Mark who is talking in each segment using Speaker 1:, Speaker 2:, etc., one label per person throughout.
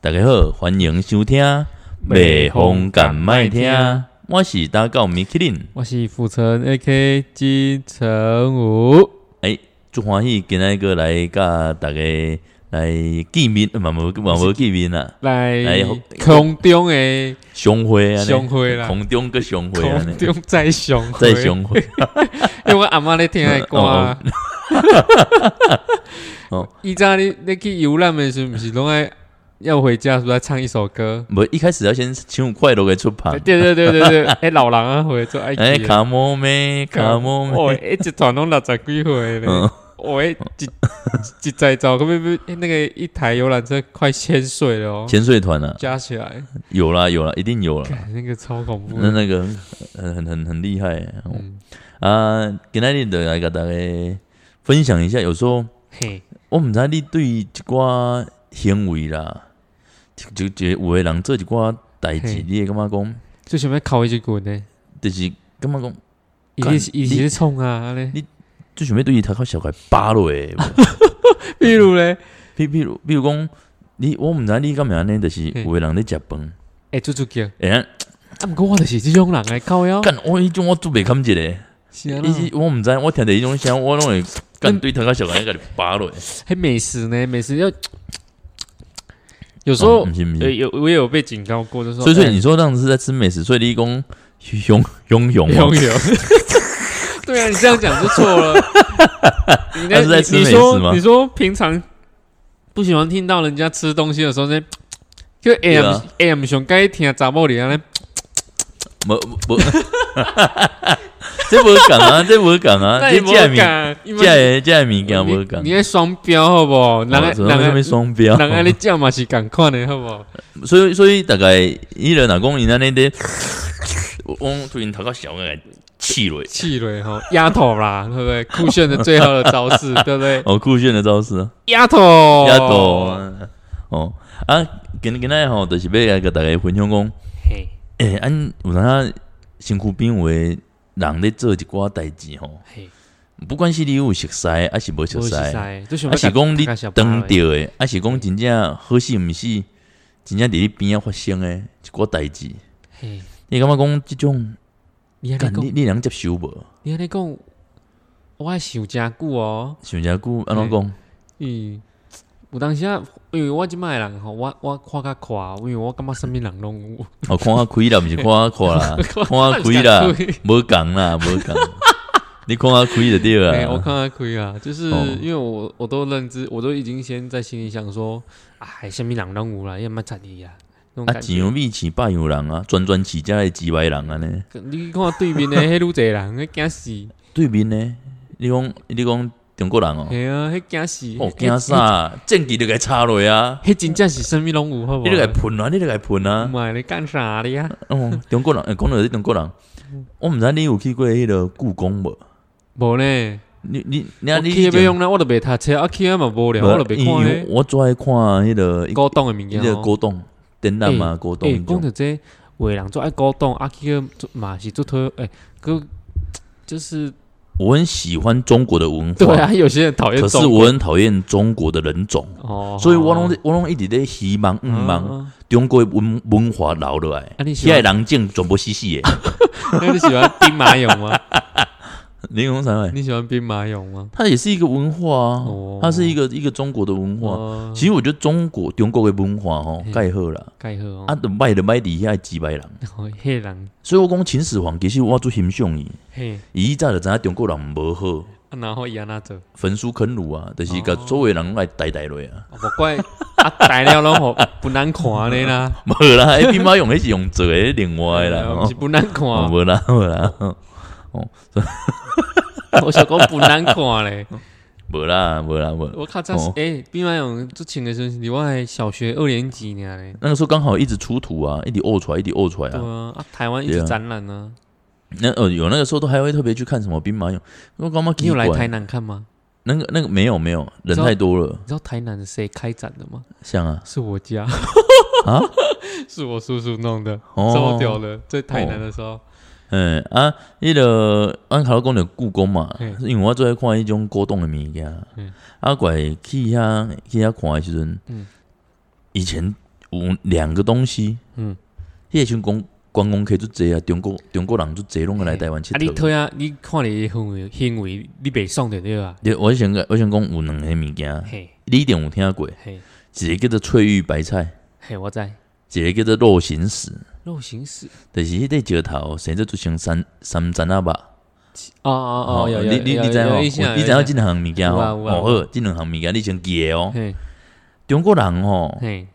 Speaker 1: 大家好，欢迎收听《麦风敢麦听》，我是大狗米其林。
Speaker 2: 我是傅成 A.K. 金城武，
Speaker 1: 足欢喜今仔个来甲大家来见面，呃嘛无嘛无见面啦，
Speaker 2: 来
Speaker 1: 来
Speaker 2: 空中的
Speaker 1: 相会啊，
Speaker 2: 相会啦，
Speaker 1: 空中个相会啊，
Speaker 2: 空中再相
Speaker 1: 再
Speaker 2: 会，
Speaker 1: 相会，
Speaker 2: 因为我阿嬷咧听的歌啊。
Speaker 1: 哦
Speaker 2: 以前你你去游览的时候，不是拢爱要回家，是不是要唱一首歌？
Speaker 1: 无一开始要先请快乐的出旁，
Speaker 2: 对对对对对，哎，老人啊，回做爱
Speaker 1: 哎，
Speaker 2: 去的。
Speaker 1: 卡莫妹，卡莫
Speaker 2: 哦，
Speaker 1: 妹，
Speaker 2: 哎，一团拢六十几岁咧。
Speaker 1: 嗯，
Speaker 2: 我一一一再早，可不可以那个一台游览车快千岁了哦，
Speaker 1: 潜水团啊，
Speaker 2: 加起来，
Speaker 1: 有啦有啦，一定有啦。
Speaker 2: 干那个超恐怖
Speaker 1: 那
Speaker 2: 的。
Speaker 1: 那个呃很很很很厉害欸哦
Speaker 2: 嗯，
Speaker 1: 啊！今天你就来跟大家分享一下，有时候
Speaker 2: 嘿，
Speaker 1: 我毋知你对一寡行为啦，就就就有诶人做一寡代志
Speaker 2: 嘿，
Speaker 1: 你会感觉讲，
Speaker 2: 就想要考一只滚呢，
Speaker 1: 就是感觉讲，
Speaker 2: 伊
Speaker 1: 干
Speaker 2: 是伊是咧创啊咧。
Speaker 1: 就想要对伊头壳小块扒落 诶。
Speaker 2: 比如咧，
Speaker 1: 譬譬如譬如讲，你我毋知你敢毋安尼，就是
Speaker 2: 嘿
Speaker 1: 有诶人咧食饭，
Speaker 2: 哎，做做叫，啊，
Speaker 1: 哎，
Speaker 2: 毋过我就是即种人来靠腰，
Speaker 1: 干我迄种我做袂堪一个，
Speaker 2: 是啊啦，
Speaker 1: 伊我毋知我听着迄种声，我拢 会干
Speaker 2: 嗯
Speaker 1: 对头壳小块甲你扒落。
Speaker 2: 迄美食呢，美食要，有时
Speaker 1: 嗯
Speaker 2: 候
Speaker 1: 嗯不是不是
Speaker 2: 呃有我也有被警告过，就说，
Speaker 1: 所以，所以
Speaker 2: 哎
Speaker 1: 你说这样子是在吃美食，所以你讲 熊 熊熊
Speaker 2: 拥有。对啊，你这样讲就 错了。你
Speaker 1: 他
Speaker 2: 那
Speaker 1: 是在
Speaker 2: 你
Speaker 1: 吃
Speaker 2: 你
Speaker 1: 美食吗
Speaker 2: 说你说平常不喜欢听到人家吃东西的时候呢，就 AM
Speaker 1: 啊
Speaker 2: AM 熊该听查某里啊呢，
Speaker 1: 无无，这无讲 啊，这无讲啊，
Speaker 2: 那
Speaker 1: 这
Speaker 2: 也没
Speaker 1: 这物
Speaker 2: 有讲，因
Speaker 1: 这
Speaker 2: 为
Speaker 1: 这物件无
Speaker 2: 你
Speaker 1: 讲
Speaker 2: 你，在双标好不好？人
Speaker 1: 哦
Speaker 2: 家
Speaker 1: 怎么
Speaker 2: 人
Speaker 1: 会
Speaker 2: 家
Speaker 1: 变双标？哦
Speaker 2: 人家你讲嘛是共款的好不好？
Speaker 1: 所以所以大概伊人若讲伊安尼 咧，我我突然头壳小个气落，
Speaker 2: 气馁吼，丫头啦，对不对？酷炫的最后的招式，对 不对？
Speaker 1: 哦，酷炫的招式啊，
Speaker 2: 丫头，
Speaker 1: 丫头，啊哦啊，今今仔吼，就是要来给大家分享讲，
Speaker 2: 嘿，
Speaker 1: 诶，安有哪身躯边有诶人咧做一寡代志吼。
Speaker 2: 嘿，
Speaker 1: 不管是你有熟悉还是无熟
Speaker 2: 我
Speaker 1: 悉，
Speaker 2: 是
Speaker 1: 还
Speaker 2: 谁？就想要
Speaker 1: 啊是讲你
Speaker 2: 跟小
Speaker 1: 当
Speaker 2: 巴
Speaker 1: 着的，还是讲真正好是毋是，真正伫你边仔发生的一寡代志，
Speaker 2: 嘿，
Speaker 1: 你感觉讲即种，
Speaker 2: 哎你安尼
Speaker 1: 干
Speaker 2: 讲
Speaker 1: 你，你能接受无？
Speaker 2: 你安尼讲，我爱想诚久哦。
Speaker 1: 想诚久安怎讲？
Speaker 2: 嗯，有当时啊，因为我即摆人吼，我我看较宽，因为我感觉身边人拢有，
Speaker 1: 哦，看较开啦，毋是看较阔 啦，看较开啦，无共啦，无共。你看较开就对
Speaker 2: 哎，我
Speaker 1: 啦。
Speaker 2: 看较开啊，就是
Speaker 1: 哦
Speaker 2: 因为我我都认知，我都已经先在心里想说，哎，身边人拢有啦，也莫插你啦，那种
Speaker 1: 啊，
Speaker 2: 感
Speaker 1: 钱
Speaker 2: 觉。
Speaker 1: 有米饲百有人啊，转转饲才会饲歹人安啊尼。
Speaker 2: 你看对面的迄愈济人，迄惊死，
Speaker 1: 对面呢，你讲你讲中国人哦，
Speaker 2: 系啊，迄惊死，
Speaker 1: 哦惊啥？政治就该插落啊。
Speaker 2: 迄？迄真正是身边拢有，好无？
Speaker 1: 你都来喷啊！你都来喷啊！
Speaker 2: 买你干啥的呀？
Speaker 1: 哦，中国人，欸讲到这中国人，
Speaker 2: 嗯
Speaker 1: 我毋知你有去过迄个故宫无？
Speaker 2: 无呢？
Speaker 1: 你你你啊
Speaker 2: 我
Speaker 1: 你
Speaker 2: 去
Speaker 1: 以
Speaker 2: 要
Speaker 1: 前
Speaker 2: 用啦，我都袂读册，啊去啊嘛无聊，我都
Speaker 1: 无
Speaker 2: 袂
Speaker 1: 因
Speaker 2: 看
Speaker 1: 为
Speaker 2: 咧。
Speaker 1: 我最爱看迄个迄
Speaker 2: 古董的物件
Speaker 1: 个
Speaker 2: 哦。
Speaker 1: 古董展览嘛，古董
Speaker 2: 诶，
Speaker 1: 那种。
Speaker 2: 讲到这，有的人做爱古董，啊去做嘛是做推诶，个就是
Speaker 1: 我很喜欢中国的文
Speaker 2: 对
Speaker 1: 化，
Speaker 2: 啊，有些人讨厌
Speaker 1: 可
Speaker 2: 中国。
Speaker 1: 是我很讨厌中国的人种，
Speaker 2: 哦，
Speaker 1: 所以我拢嗯在我拢一直在希望毋
Speaker 2: 啊
Speaker 1: 望
Speaker 2: 啊
Speaker 1: 中国的文文化留落来。
Speaker 2: 啊你喜
Speaker 1: 现在
Speaker 2: 欢
Speaker 1: 人种全部死死的，
Speaker 2: 那 你喜欢兵马俑吗？
Speaker 1: 你讲啥物？
Speaker 2: 你喜欢兵马俑吗？
Speaker 1: 它也是一个文化啊
Speaker 2: 哦，
Speaker 1: 它是一个一个中国的文化。
Speaker 2: 哇，
Speaker 1: 其实我觉得中国中国的文化吼
Speaker 2: 嘿
Speaker 1: 介好啦，
Speaker 2: 哦盖好
Speaker 1: 啊，
Speaker 2: 啊，
Speaker 1: 就卖就卖底下几百人，
Speaker 2: 迄人
Speaker 1: 所以我讲秦始皇其实我最欣赏伊，
Speaker 2: 嘿，
Speaker 1: 伊以早就知影中国人无好，
Speaker 2: 啊然后伊安那做，
Speaker 1: 焚书坑儒啊，就是甲
Speaker 2: 哦
Speaker 1: 周围人拢来代代落啊，
Speaker 2: 啊莫怪啊材料拢好不难看咧 啦，
Speaker 1: 无
Speaker 2: 呃
Speaker 1: 啦，迄兵马俑迄是用做诶另外的 啦，
Speaker 2: 不是不难看，啊
Speaker 1: 哦无啦无啦哦
Speaker 2: 我想讲不难看咧。
Speaker 1: 无啦无啦无，
Speaker 2: 我靠，这是
Speaker 1: 哦
Speaker 2: 诶，兵马俑做穿的时候，我还小学二年级呢咧。
Speaker 1: 那个时候刚好一直出土啊，一直呕出来，一直呕出来
Speaker 2: 对
Speaker 1: 啊，
Speaker 2: 啊，啊，台湾一直
Speaker 1: 对啊
Speaker 2: 展览呢、
Speaker 1: 那呃有那个时候都还会特别去看什么兵马俑，我干嘛
Speaker 2: 你
Speaker 1: 奇
Speaker 2: 有来台
Speaker 1: 怪？
Speaker 2: 南看吗？
Speaker 1: 那个那个没有没有人
Speaker 2: 知道
Speaker 1: 太多了，
Speaker 2: 你知道台南谁开展的吗？
Speaker 1: 像啊
Speaker 2: 是我家
Speaker 1: 啊
Speaker 2: 是我叔叔弄的，超
Speaker 1: 哦。
Speaker 2: 屌的，在台南的时候，
Speaker 1: 嗯啊，迄个俺头讲着故宫嘛
Speaker 2: 嘿，
Speaker 1: 因为我最爱看迄种古董的物件
Speaker 2: 嗯。
Speaker 1: 啊，怪去遐去遐看的时阵
Speaker 2: 嗯，
Speaker 1: 以前有两个东西，
Speaker 2: 嗯
Speaker 1: 嗯，迄个时阵讲观光客就济啊，中国中国人就济拢会来台湾佚
Speaker 2: 啊，你
Speaker 1: 佗。
Speaker 2: 讨厌你看你行为行为，你袂爽着对啊？
Speaker 1: 你我想讲，我想讲有两个物件，
Speaker 2: 嘿，
Speaker 1: 你一定有听过，
Speaker 2: 嘿，
Speaker 1: 一个叫做翠玉白菜，
Speaker 2: 嘿，我知。
Speaker 1: 一个叫做肉形石，
Speaker 2: 肉形石，
Speaker 1: 就是迄个石头生做做成三三层啊吧。
Speaker 2: 哦哦哦，有有
Speaker 1: 你你
Speaker 2: 有
Speaker 1: 你知
Speaker 2: 有
Speaker 1: 无？
Speaker 2: 有
Speaker 1: 你
Speaker 2: 印
Speaker 1: 知
Speaker 2: 象有
Speaker 1: 影
Speaker 2: 印
Speaker 1: 即两项物件吼？
Speaker 2: 有啊有啊
Speaker 1: 哦好，即两项物件你先记诶哦
Speaker 2: 象。嘿，
Speaker 1: 中国人吼，
Speaker 2: 嘿，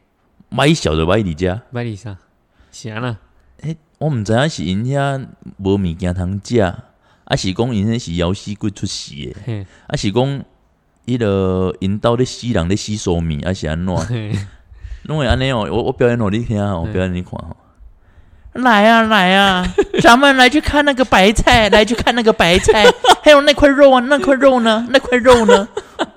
Speaker 1: 买小就买伫遮，
Speaker 2: 买你啥？是安啦？
Speaker 1: 我毋知影是因遐无物件通食，啊是讲因迄是枵死鬼出世诶，
Speaker 2: 嘿，
Speaker 1: 啊是讲迄落因兜咧死人咧死寿面，啊是 安怎？
Speaker 2: 嘿，
Speaker 1: 拢会安尼哦，我我表演互你听哦，我
Speaker 2: 嗯
Speaker 1: 表演你看哦。来啊来啊，咱们来去看那个白菜，来去看那个白菜，还有那块肉啊，那块肉呢？那块肉呢？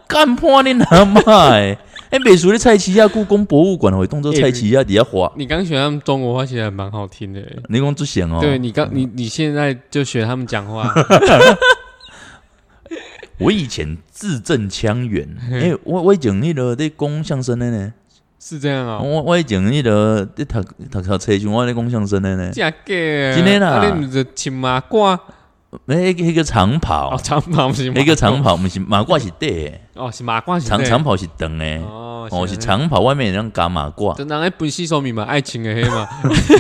Speaker 1: 干破你他妈诶！哎，美术的菜市亚故宫博物馆会当做菜市亚底下画，
Speaker 2: 你刚学他们中国话，其实还蛮好听的欸。
Speaker 1: 你讲之前哦，
Speaker 2: 对你刚你你现在就学他们 讲话，
Speaker 1: 我以前字正腔圆，
Speaker 2: 嗯
Speaker 1: 哎，我我以前迄个在讲相声的呢，
Speaker 2: 是这样哦。
Speaker 1: 我我以前迄个在读读读册的时候我在讲相声的呢，
Speaker 2: 假个，
Speaker 1: 真的啦
Speaker 2: 啊你唔是穿马褂
Speaker 1: 那迄个长
Speaker 2: 哦，
Speaker 1: 跑，
Speaker 2: 长袍不是马褂？
Speaker 1: 那个长跑不是马褂是短的。
Speaker 2: 哦，是马褂是
Speaker 1: 长
Speaker 2: 这
Speaker 1: 长跑是长诶，
Speaker 2: 哦，
Speaker 1: 哦是
Speaker 2: 这样。
Speaker 1: 长跑外面人加马褂，
Speaker 2: 等人咧本戏手面嘛，爱情的迄嘛，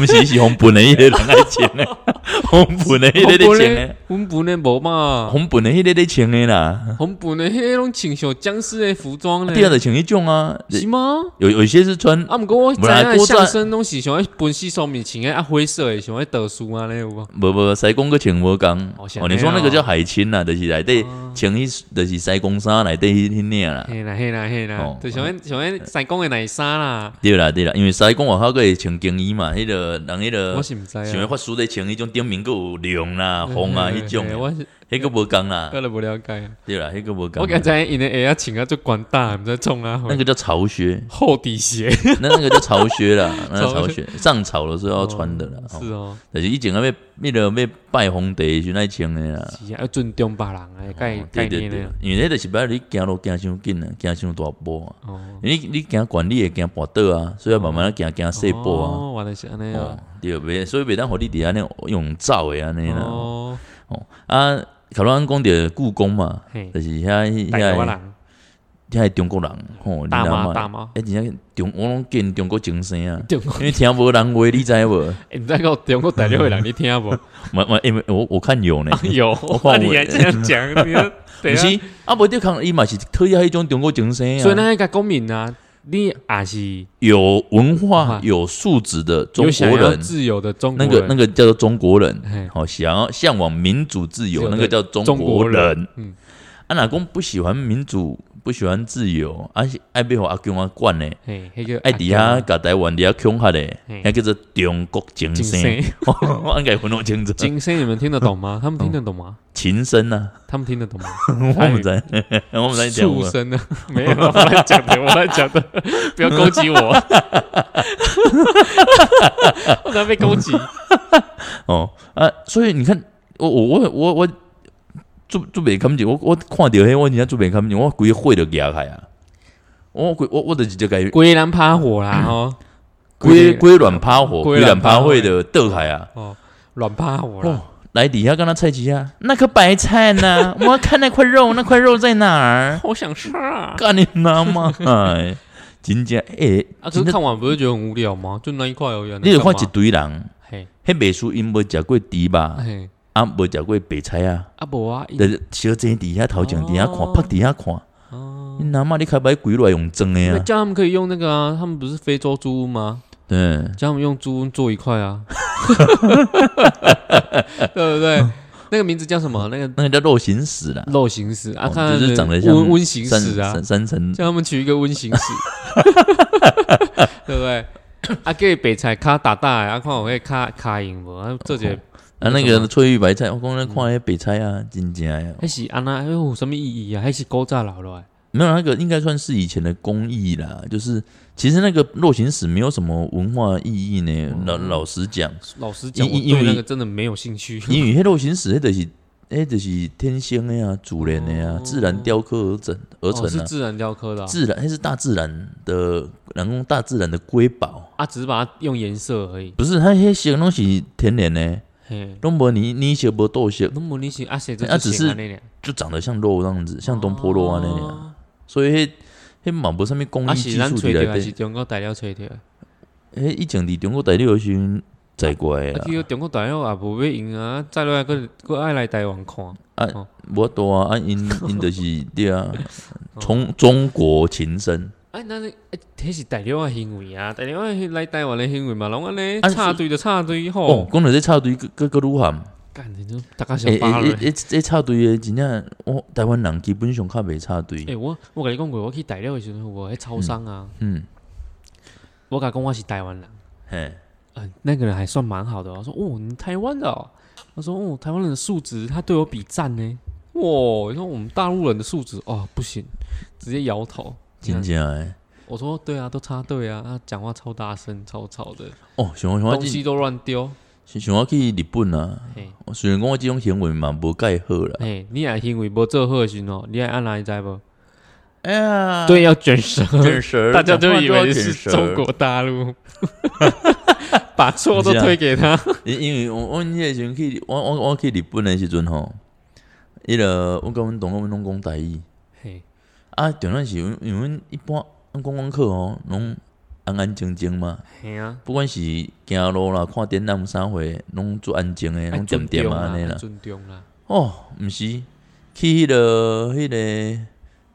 Speaker 1: 毋是是红本诶迄个人爱穿诶，红本 诶迄个咧穿诶，
Speaker 2: 红本的无嘛，
Speaker 1: 红本诶迄个咧穿诶啦，
Speaker 2: 红本的迄拢穿像僵尸的服装
Speaker 1: 第二
Speaker 2: 咧，
Speaker 1: 就穿迄种啊，
Speaker 2: 是吗？
Speaker 1: 有有些是穿
Speaker 2: 啊，毋过我知
Speaker 1: 不然
Speaker 2: 影
Speaker 1: 古早
Speaker 2: 相声拢是像迄本戏手面穿的啊灰色的，像迄特殊安尼有无？
Speaker 1: 无无西贡个穿无共
Speaker 2: 哦是
Speaker 1: 哦，
Speaker 2: 安尼
Speaker 1: 你说那个
Speaker 2: 哦
Speaker 1: 叫海青啦，就是内底
Speaker 2: 哦
Speaker 1: 穿迄就是西贡衫内底迄迄领啦，
Speaker 2: 嘿啦嘿啦嘿啦
Speaker 1: 哦，
Speaker 2: 就像迄像迄三公的内衫啦，
Speaker 1: 对啦对啦，因为西贡外口个会穿经衣嘛，迄个人迄
Speaker 2: 我
Speaker 1: 个。
Speaker 2: 是毋知
Speaker 1: 呃想要
Speaker 2: 啊。
Speaker 1: 法师咧穿迄种顶面个有龙啦、风啊
Speaker 2: 嘿
Speaker 1: 迄种
Speaker 2: 嘿
Speaker 1: 的，
Speaker 2: 我是
Speaker 1: 迄个无共啦，
Speaker 2: 我都无了解啊。
Speaker 1: 对啦，迄个无共
Speaker 2: 我。敢知影因的鞋啊穿啊做管大，毋知创啊。
Speaker 1: 那个叫巢靴，
Speaker 2: 厚底鞋
Speaker 1: 那那个叫巢靴啦，那个
Speaker 2: 巢
Speaker 1: 巢靴上朝的时候要穿的啦。哦
Speaker 2: 是哦，
Speaker 1: 但是以前啊，要那个要拜皇帝的时候爱穿的啦。
Speaker 2: 是啊，要尊重别人诶概
Speaker 1: 哦
Speaker 2: 概念咧。，
Speaker 1: 因为那就是摆你行路行伤紧啊，行伤大步啊。
Speaker 2: 哦，
Speaker 1: 因为你你行管理会行跋倒啊，所以要慢慢行行细步啊。
Speaker 2: 哦，原来是安尼
Speaker 1: 哦
Speaker 2: 啊。，
Speaker 1: 对，袂所以袂当互你伫安尼用走的安尼啦。
Speaker 2: 哦，
Speaker 1: 哦啊，卡罗安讲着故宫嘛，
Speaker 2: 嘿，
Speaker 1: 就是遐遐
Speaker 2: 大湾人，
Speaker 1: 遐中国人吼，
Speaker 2: 大妈
Speaker 1: 妈
Speaker 2: 大妈，
Speaker 1: 哎，而且中我拢见中国精神啊。
Speaker 2: 中国，
Speaker 1: 因为听无人话，你知无？
Speaker 2: 欸你知道中国大陆的人你听 无？
Speaker 1: 我我因为我我看有呢，
Speaker 2: 有，
Speaker 1: 看
Speaker 2: 啊，你还这样讲，你要
Speaker 1: 不是啊，无对抗伊嘛是讨厌迄种中国精神啊，
Speaker 2: 所以咱迄个公民啊，你也是
Speaker 1: 有文化
Speaker 2: 啊、
Speaker 1: 有素质的中
Speaker 2: 有想
Speaker 1: 国
Speaker 2: 要
Speaker 1: 人，
Speaker 2: 自由的中国
Speaker 1: 那
Speaker 2: 人，
Speaker 1: 个那个叫做中国人，
Speaker 2: 嘿
Speaker 1: 好想要向往民主自
Speaker 2: 自
Speaker 1: 由，
Speaker 2: 由
Speaker 1: 那
Speaker 2: 的
Speaker 1: 个叫中
Speaker 2: 中
Speaker 1: 国
Speaker 2: 国
Speaker 1: 人。
Speaker 2: 嗯，
Speaker 1: 啊，哪公不喜欢民主，不喜欢自由，啊是爱被我阿公阿管呢，
Speaker 2: 嘿，迄个
Speaker 1: 爱底下甲台湾底下恐吓嘞，
Speaker 2: 啊嘿
Speaker 1: 那叫做中国精
Speaker 2: 金
Speaker 1: 神，
Speaker 2: 生，
Speaker 1: 我应该分弄清楚。
Speaker 2: 金生，你们听得 懂吗？他们听得懂吗？
Speaker 1: 琴声啊，
Speaker 2: 他们听得懂吗？
Speaker 1: 我们在， 我们在讲
Speaker 2: 哎畜
Speaker 1: 过。
Speaker 2: 生啊， 没有，我乱讲的，我乱 讲的，不要攻击我，我等下 被攻击。
Speaker 1: 哦啊，所以你看，我我我我我做做袂堪情，我我看到迄我真正做袂堪情，我规个火就举开啊！我规我我就直接甲伊
Speaker 2: 龟人趴火啦，哦吼，
Speaker 1: 规规乱趴火，
Speaker 2: 规
Speaker 1: 规乱
Speaker 2: 乱
Speaker 1: 趴
Speaker 2: 趴
Speaker 1: 火
Speaker 2: 火
Speaker 1: 就倒开啊！
Speaker 2: 哦，乱趴火
Speaker 1: 哦
Speaker 2: 啦，，
Speaker 1: 来底下跟他菜市啊，那颗白菜呢？ 我要看那块肉，那块肉在哪儿？
Speaker 2: 好想吃啊！
Speaker 1: 干你妈妈！哎，真正诶，
Speaker 2: 啊，可
Speaker 1: 真
Speaker 2: 是
Speaker 1: 正
Speaker 2: 看完不是觉得很无聊吗？就那一块而已啊。
Speaker 1: 你
Speaker 2: 能
Speaker 1: 就看
Speaker 2: 干
Speaker 1: 一
Speaker 2: 嘛，
Speaker 1: 堆人，
Speaker 2: 嘿，
Speaker 1: 迄秘书因无食过猪肉，
Speaker 2: 嘿，
Speaker 1: 啊无食过白菜啊。
Speaker 2: 啊无啊，伊
Speaker 1: 就是小姐伫遐头前伫遐看，
Speaker 2: 哦
Speaker 1: 趴伫遐看。你阿妈你开摆鬼来用装的
Speaker 2: 那
Speaker 1: 啊？
Speaker 2: 叫他们可以用那个啊，他们不是非洲猪瘟吗？
Speaker 1: 嗯，
Speaker 2: 叫他们用猪瘟做一 块啊，对不对？那个名字叫什么？那个
Speaker 1: 那个叫肉形石啦，
Speaker 2: 肉形石啊，
Speaker 1: 哦
Speaker 2: 看
Speaker 1: 就是长得像
Speaker 2: 温温形
Speaker 1: 三
Speaker 2: 石啊，
Speaker 1: 三三层
Speaker 2: 叫他们取一个温 形石，对不对？啊，给北菜卡打大的，啊，看我迄卡卡赢无？啊，做者
Speaker 1: 啊，那
Speaker 2: 那什
Speaker 1: 个
Speaker 2: 么
Speaker 1: 翠玉白菜，我讲咱看迄白菜啊，真正的
Speaker 2: 迄是安那，迄有什么意义啊？迄是古早留落来，
Speaker 1: 没有那个应该算是以前的工艺啦，就是其实那个肉形石没有什么文化意义呢。
Speaker 2: 嗯
Speaker 1: 老老实讲，
Speaker 2: 老实讲，
Speaker 1: 因
Speaker 2: 我
Speaker 1: 因因
Speaker 2: 对
Speaker 1: 为
Speaker 2: 那个真的没有兴趣。
Speaker 1: 因为迄肉形石迄就是迄就是天生的啊，自然的啊
Speaker 2: 哦，
Speaker 1: 自然雕刻而整而
Speaker 2: 哦
Speaker 1: 成
Speaker 2: 是
Speaker 1: 啊，
Speaker 2: 自然雕刻的啊，
Speaker 1: 自然那是大自然的，人工大自然的瑰宝。
Speaker 2: 啊，只是把它用颜色而已。
Speaker 1: 不是，它迄色拢是天然的，
Speaker 2: 嘿，
Speaker 1: 拢无泥泥色无豆色，
Speaker 2: 那么你是啊，写
Speaker 1: 啊
Speaker 2: 这
Speaker 1: 只是
Speaker 2: 那俩，
Speaker 1: 就长得像肉这样子，像东坡肉安尼尔。
Speaker 2: 哦。
Speaker 1: 所以迄迄嘛无啥物工
Speaker 2: 啊，
Speaker 1: 艺
Speaker 2: 是
Speaker 1: 啊技
Speaker 2: 咱
Speaker 1: 术
Speaker 2: 吹
Speaker 1: 伫
Speaker 2: 掉还
Speaker 1: 内底。
Speaker 2: 是中国大陆吹掉？啊，
Speaker 1: 迄以前伫中国大陆的时阵载过来的
Speaker 2: 去
Speaker 1: 啦，
Speaker 2: 到中国大陆也无要用啊，再落来佫佫爱来台湾看。啊
Speaker 1: 无多啊，啊 因因就是对啊，
Speaker 2: 哦
Speaker 1: 从中国琴声
Speaker 2: 啊，那你欸迄是大陆的行为啊，大陆的来台湾的行为嘛，拢安尼
Speaker 1: 啊
Speaker 2: 插队就插队
Speaker 1: 哦
Speaker 2: 吼，，
Speaker 1: 讲到这插队个个愈含。
Speaker 2: 干你就大家想
Speaker 1: 诶
Speaker 2: 巴
Speaker 1: 诶
Speaker 2: 了
Speaker 1: 诶。诶，这插队的真正，我台湾人基本上较袂插
Speaker 2: 诶，
Speaker 1: 队。
Speaker 2: 我我甲你讲过，我去大陆的时阵，有无迄超商啊，
Speaker 1: 嗯，
Speaker 2: 我甲讲我是台湾人。
Speaker 1: 嘿，
Speaker 2: 嗯，那个人还算蛮好的、哦。他说：“哦，你台湾的、哦。”他说：“哦，台湾人的素质，他对我比赞呢。”哇，你说我们大陆人的素质哦，不行，直接摇头。
Speaker 1: 真正诶。
Speaker 2: 我说：“对啊，都插队啊，他讲话超大声、超吵的，
Speaker 1: 哦，想我想我
Speaker 2: 东
Speaker 1: 去
Speaker 2: 西都乱丢。
Speaker 1: 想我去日本啊，
Speaker 2: 嘿”
Speaker 1: 我虽然讲我即种行为嘛无介好啦，
Speaker 2: 嘿，你也因为无做好的时候，你也按哪一知不？
Speaker 1: 哎呀，
Speaker 2: 对，要卷舌，
Speaker 1: 卷舌，
Speaker 2: 大家
Speaker 1: 讲
Speaker 2: 就
Speaker 1: 话
Speaker 2: 以
Speaker 1: 都要
Speaker 2: 为
Speaker 1: 卷
Speaker 2: 是
Speaker 1: 舌
Speaker 2: 中国大陆， 把错都推给他。
Speaker 1: 因因为我我迄个时阵去，我我我去日本的时阵吼，迄个我甲阮同学阮拢讲台语，
Speaker 2: 嘿，
Speaker 1: 啊，重点是因因为阮一般阮观光客吼，拢安安静静嘛，
Speaker 2: 嘿啊，
Speaker 1: 不管是行路啦、看展览啥货，拢做安静的，
Speaker 2: 爱
Speaker 1: 拢
Speaker 2: 尊
Speaker 1: 点点
Speaker 2: 重
Speaker 1: 啊安尼
Speaker 2: 哎啦，
Speaker 1: 啦
Speaker 2: 爱。尊重啦。
Speaker 1: 哦，毋是，去迄、个、迄、个、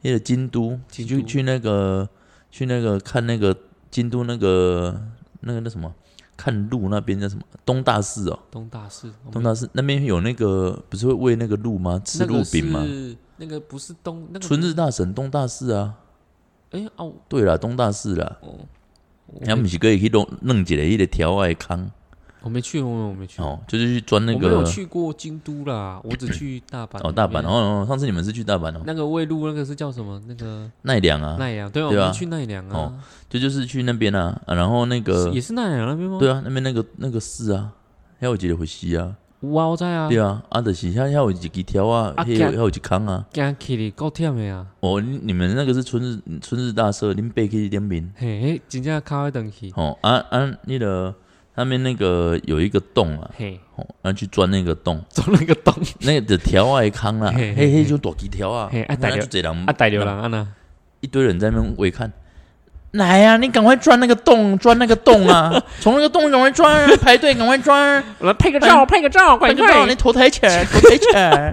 Speaker 1: 迄、个京都，
Speaker 2: 京
Speaker 1: 去
Speaker 2: 都
Speaker 1: 去那个、去那个看那个京都那个、那个那什么，看鹿那边叫什么东大寺哦，
Speaker 2: 东大寺，我们
Speaker 1: 东大寺那边有那个不是会喂那个鹿吗？吃
Speaker 2: 那
Speaker 1: 鹿
Speaker 2: 个
Speaker 1: 饼吗？
Speaker 2: 是那个不是东那个
Speaker 1: 春日大神东大寺啊，
Speaker 2: 哎、哦
Speaker 1: 对啦，东大寺啦，
Speaker 2: 哦，我
Speaker 1: 然后
Speaker 2: 没
Speaker 1: 毋是可以去弄弄一个迄个条外康
Speaker 2: 我没去，我没我没去，
Speaker 1: 哦，就是去钻那
Speaker 2: 我没
Speaker 1: 个
Speaker 2: 有去嗯过京都啦，我只去大阪
Speaker 1: 哦大阪
Speaker 2: 那边
Speaker 1: 哦，哦上次你们是去大阪哦，
Speaker 2: 那个卫路那个是叫什么？那个
Speaker 1: 奈良啊，
Speaker 2: 奈良，对啊，我
Speaker 1: 对啊
Speaker 2: 们去奈良啊，
Speaker 1: 这就是去那边啊，啊然后那个
Speaker 2: 是也是奈良那边吗？
Speaker 1: 对啊，那边那个那个寺啊，遐有一个佛寺啊，
Speaker 2: 有啊，我知啊
Speaker 1: 对，啊，啊就是遐遐有一支条啊，
Speaker 2: 啊
Speaker 1: 遐有
Speaker 2: 行
Speaker 1: 遐有一空啊。
Speaker 2: 行起哩够忝的啊，
Speaker 1: 哦，你你们那个是春日春日大社，恁背去点面。
Speaker 2: 嘿，嘿真正卡会等去，
Speaker 1: 哦，啊啊，那个他们那个有一个洞啊，
Speaker 2: 嘿，
Speaker 1: 哦，然后去钻那个洞，
Speaker 2: 走那个洞，
Speaker 1: 那个的条啊空啦，
Speaker 2: 嘿
Speaker 1: 嘿
Speaker 2: 嘿
Speaker 1: 嘿就大几条啊，
Speaker 2: 嘿啊大
Speaker 1: 那
Speaker 2: 条
Speaker 1: 就这人
Speaker 2: 啊，大流人啊呐，
Speaker 1: 一堆人在那边围看。来呀、你赶快钻那个洞，钻那个洞 啊！从那个洞赶快钻啊，排队赶快钻啊！
Speaker 2: 我来拍个
Speaker 1: 照，
Speaker 2: 拍个照，
Speaker 1: 快点让你头抬起来，头抬起来！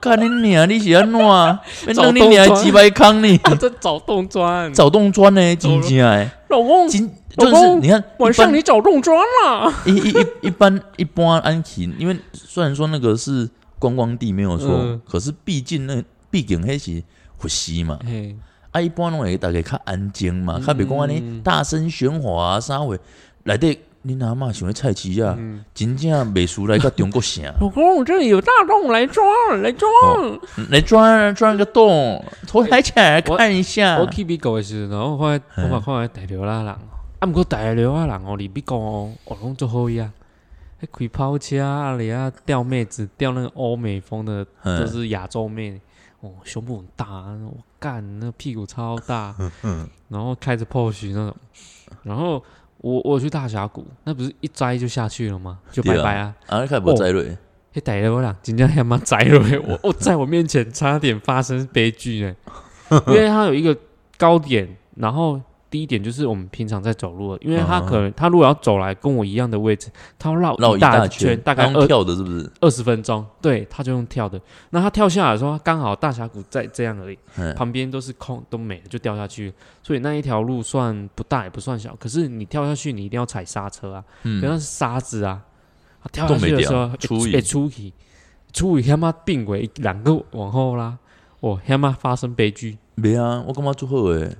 Speaker 1: 干你娘，你是安怎 啊？要弄你娘几百空呢？
Speaker 2: 他在找洞钻，
Speaker 1: 找洞钻呢，真正 诶，
Speaker 2: 老公，
Speaker 1: 真
Speaker 2: 老
Speaker 1: 就是
Speaker 2: 公
Speaker 1: 你看，一
Speaker 2: 晚上
Speaker 1: 般
Speaker 2: 你找洞钻了。
Speaker 1: 一一一一般一 般安琪，因为虽然说那个是观光地没有错
Speaker 2: 嗯，
Speaker 1: 可是毕竟那毕竟那是佛寺嘛，
Speaker 2: 嘿，
Speaker 1: 啊一般拢会大家较安静嘛，
Speaker 2: 嗯
Speaker 1: 较袂讲安尼大声喧哗啊啥货，内底恁阿嬷想要菜市啊，
Speaker 2: 嗯，
Speaker 1: 真正袂输来个中国 城。
Speaker 2: 老公，这里有大洞，来抓，来抓。
Speaker 1: 哦来钻钻个洞，头抬起来
Speaker 2: 我
Speaker 1: 看一下
Speaker 2: 哎我。去美国的时阵，我发现我嘛看到大陆啦人哦，啊，毋过大陆啊人哦，伫美国哦，哦拢做好伊啊，迄开跑车啊，里啊钓妹子，钓那个欧美风的，
Speaker 1: 嗯
Speaker 2: 就是亚洲妹，哦，胸部很大，我干，那屁股超大，然后开着 Porsche 那种，然后我我去大峡谷，那不是一摘就下去了吗？就拜
Speaker 1: 对啊
Speaker 2: 拜啊。
Speaker 1: 啊，你看无在瑞，
Speaker 2: 迄大陆人真正他妈栽落去， 我我在我面前差点发生悲剧呢，因为它有一个高点，然后低点就是我们平常在走路的，因为
Speaker 1: 哦
Speaker 2: 他可能他如果要走来跟我一样的位置，他要绕
Speaker 1: 绕一
Speaker 2: 哦大
Speaker 1: 圈，
Speaker 2: 大概
Speaker 1: 他用
Speaker 2: 二
Speaker 1: 跳的，是不是？
Speaker 2: 二十分钟，对，他就用跳的，那他跳下来的时候，刚好大峡谷在这样而已，
Speaker 1: 嗯
Speaker 2: 旁边都是空都没了，就掉下去，所以那一条路算不大也不算小，可是你跳下去你一定要踩刹车啊，可是那
Speaker 1: 嗯，
Speaker 2: 是沙子啊，啊跳下去的时候
Speaker 1: 都没掉
Speaker 2: 会出去，出去他妈并轨两个往后拉，哦他妈发生悲剧。
Speaker 1: 没啊，我感觉最好诶。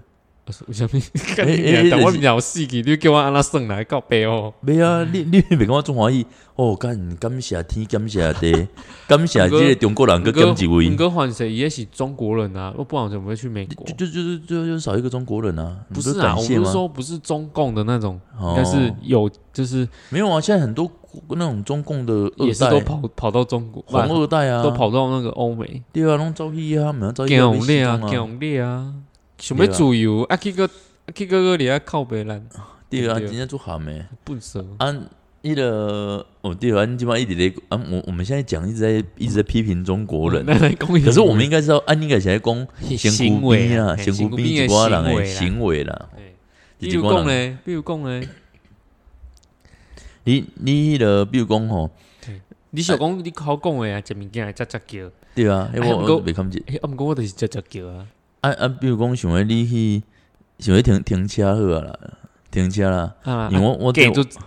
Speaker 2: 我说为什 么？看
Speaker 1: 欸
Speaker 2: 你
Speaker 1: 欸
Speaker 2: 俩但
Speaker 1: 就是
Speaker 2: 我秒死去，你叫我安那算来告白哦。
Speaker 1: 没啊，你你别跟我中华裔哦，感感谢天，感谢 地，感谢这个中国人个
Speaker 2: 哥
Speaker 1: 感几位，
Speaker 2: 哥换谁也是中国人啊，不然我怎么会去美国？
Speaker 1: 就就就就就就少一个中国人啊，
Speaker 2: 不
Speaker 1: 你
Speaker 2: 是啊，
Speaker 1: 感
Speaker 2: 我
Speaker 1: 谢
Speaker 2: 不
Speaker 1: 吗
Speaker 2: 是？说不是中共的那种，
Speaker 1: 哦
Speaker 2: 应该是有就是
Speaker 1: 没有啊，现在很多那种中共的
Speaker 2: 也
Speaker 1: 二
Speaker 2: 是都
Speaker 1: 代、
Speaker 2: 跑跑到中国，
Speaker 1: 红
Speaker 2: 不
Speaker 1: 二代啊，
Speaker 2: 都跑到那个欧美，
Speaker 1: 对啊，拢招去啊，没有招去
Speaker 2: 强烈啊，
Speaker 1: 啊，
Speaker 2: 强烈啊，想要自由啊，去个啊去个个里啊靠北人。
Speaker 1: 对啊，
Speaker 2: 对
Speaker 1: 真正做好没？
Speaker 2: 笨蛇，
Speaker 1: 啊，那个哦，对啊，你基本上一直在啊，我我们现在讲一直在一直在批评中国人，
Speaker 2: 那来 攻
Speaker 1: 可是我们应该知道，啊，你应该是在讲
Speaker 2: 行
Speaker 1: 古兵
Speaker 2: 为
Speaker 1: 啊，
Speaker 2: 嘿
Speaker 1: 仙
Speaker 2: 身
Speaker 1: 古
Speaker 2: 躯
Speaker 1: 兵一
Speaker 2: 边的
Speaker 1: 寡人的
Speaker 2: 行
Speaker 1: 行为啦，
Speaker 2: 为啦。
Speaker 1: 一
Speaker 2: 比如
Speaker 1: 寡人
Speaker 2: 讲
Speaker 1: 啊
Speaker 2: 呢，比如讲呢，
Speaker 1: 你你迄个，比如讲吼，
Speaker 2: 你想讲你好讲的啊，食物件食食叫，
Speaker 1: 对啊，迄
Speaker 2: 哎
Speaker 1: 我
Speaker 2: 不过
Speaker 1: 我袂堪接。
Speaker 2: 哎，啊毋过我就是食食叫啊，
Speaker 1: 啊啊，比如讲想要你去，想要停停车好啊啦，停车啦，
Speaker 2: 啊，
Speaker 1: 因为我我
Speaker 2: 给
Speaker 1: 这
Speaker 2: 做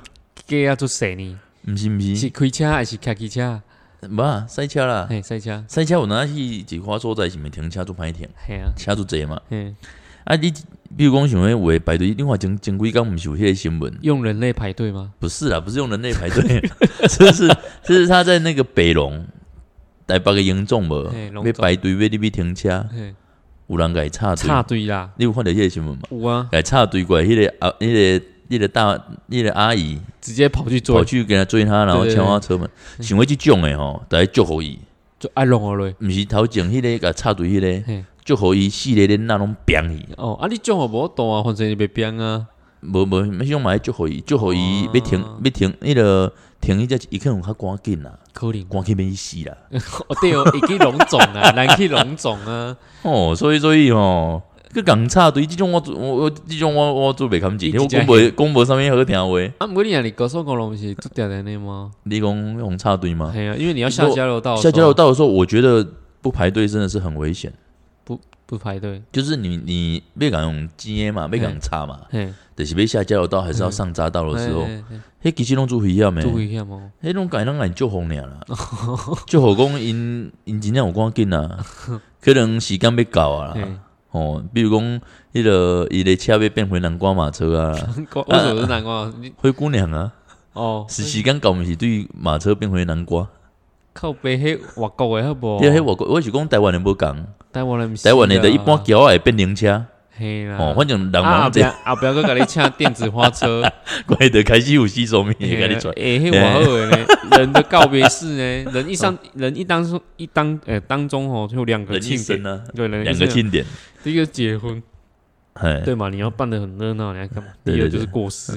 Speaker 2: 给啊做谁呢？
Speaker 1: 毋是毋
Speaker 2: 是
Speaker 1: 是，
Speaker 2: 开车还是开汽车？
Speaker 1: 无啊，塞车啦，
Speaker 2: 嘿，赛车，
Speaker 1: 塞车有哪去一寡所在是毋停车做歹停，
Speaker 2: 嘿啊，
Speaker 1: 车做济嘛。
Speaker 2: 嘿，
Speaker 1: 啊，你比如讲想要有的排队，另外前前几工毋是有迄个新闻，
Speaker 2: 用人类排队吗？
Speaker 1: 不是啊，不是用人类排队，这是这是他在那个北龙台北个严重无
Speaker 2: 嘿，龙
Speaker 1: 要
Speaker 2: 总
Speaker 1: 排队要你要停车，
Speaker 2: 嘿，
Speaker 1: 有人甲伊插队，
Speaker 2: 插队啦，
Speaker 1: 你有看到迄个新闻吗？
Speaker 2: 有啊，
Speaker 1: 来插队过来，迄、个啊，迄、个迄、个大迄、个阿姨
Speaker 2: 直接跑去
Speaker 1: 跑
Speaker 2: 做，
Speaker 1: 去跟他追他，然后
Speaker 2: 对对
Speaker 1: 敲他车门，想要去种诶吼，大家祝福伊，
Speaker 2: 就爱弄我嘞。
Speaker 1: 毋是头前迄个甲插队迄、个，
Speaker 2: 嘿，
Speaker 1: 祝福伊四个恁那拢扁伊，
Speaker 2: 哦，啊，你种我无懂啊，反正你被变啊，
Speaker 1: 无无，要想嘛要祝福伊，祝福伊
Speaker 2: 哦
Speaker 1: 要停要停，迄、个停迄只伊可能有较赶紧啦，
Speaker 2: 可能。
Speaker 1: 赶紧免伊死啦。
Speaker 2: 哦对哦，会去龙总啊，咱去龙总啊，
Speaker 1: 哦，所以所以吼。去共插队，即种我做我我即种我我做袂堪
Speaker 2: 你
Speaker 1: 进，我讲
Speaker 2: 真的
Speaker 1: 袂讲无啥物好听话。
Speaker 2: 啊，不过你啊，你高速公路不是做点点的吗？
Speaker 1: 你讲用插队吗？
Speaker 2: 哎呀，因为你要下交流道的时
Speaker 1: 啊下
Speaker 2: 候，
Speaker 1: 交流道的时候，我觉得不排队真的是很危险。
Speaker 2: 不排队，
Speaker 1: 就是你你被港用接嘛，被港插嘛，
Speaker 2: 嘿，
Speaker 1: 但是被下交流道还是要上匝道的时候，
Speaker 2: 嘿，嘿嘿
Speaker 1: 迄其实拢做危险的，
Speaker 2: 注意一下嘛。
Speaker 1: 迄拢改拢来救红俩啦，救火讲因因真正有赶紧 啦，可能时间要到啊啦，
Speaker 2: 嘿
Speaker 1: 哦，比如讲迄个伊的车要变回南瓜马车 啊，
Speaker 2: 瓜为什么是南瓜？你
Speaker 1: 灰姑娘啊，
Speaker 2: 哦，
Speaker 1: 是时间到，毋是对马车变回南瓜，
Speaker 2: 靠北迄外国的好无？
Speaker 1: 对啊，迄我我是讲台湾人无共，
Speaker 2: 台湾哦人不是啊
Speaker 1: 台湾的就一般桥会变灵车，
Speaker 2: 嘿啦。
Speaker 1: 哦，反正人
Speaker 2: 啊，后
Speaker 1: 往
Speaker 2: 壁
Speaker 1: 这
Speaker 2: 后壁佫甲你请电子 花车，
Speaker 1: 怪的开始有四种面，
Speaker 2: 嘿
Speaker 1: 甲你啊
Speaker 2: 啦
Speaker 1: 传。
Speaker 2: 欸，迄外好诶呢，人的告别式呢， 人一上人一当中一当诶当中吼，就有两个
Speaker 1: 人一
Speaker 2: 庆典
Speaker 1: 生，呢、
Speaker 2: 对，人
Speaker 1: 两
Speaker 2: 一
Speaker 1: 个
Speaker 2: 生
Speaker 1: 庆典，
Speaker 2: 第一个结婚，
Speaker 1: 哎，
Speaker 2: 对嘛？你要办的很热闹，你要干嘛？第
Speaker 1: 对对
Speaker 2: 二就是 过世，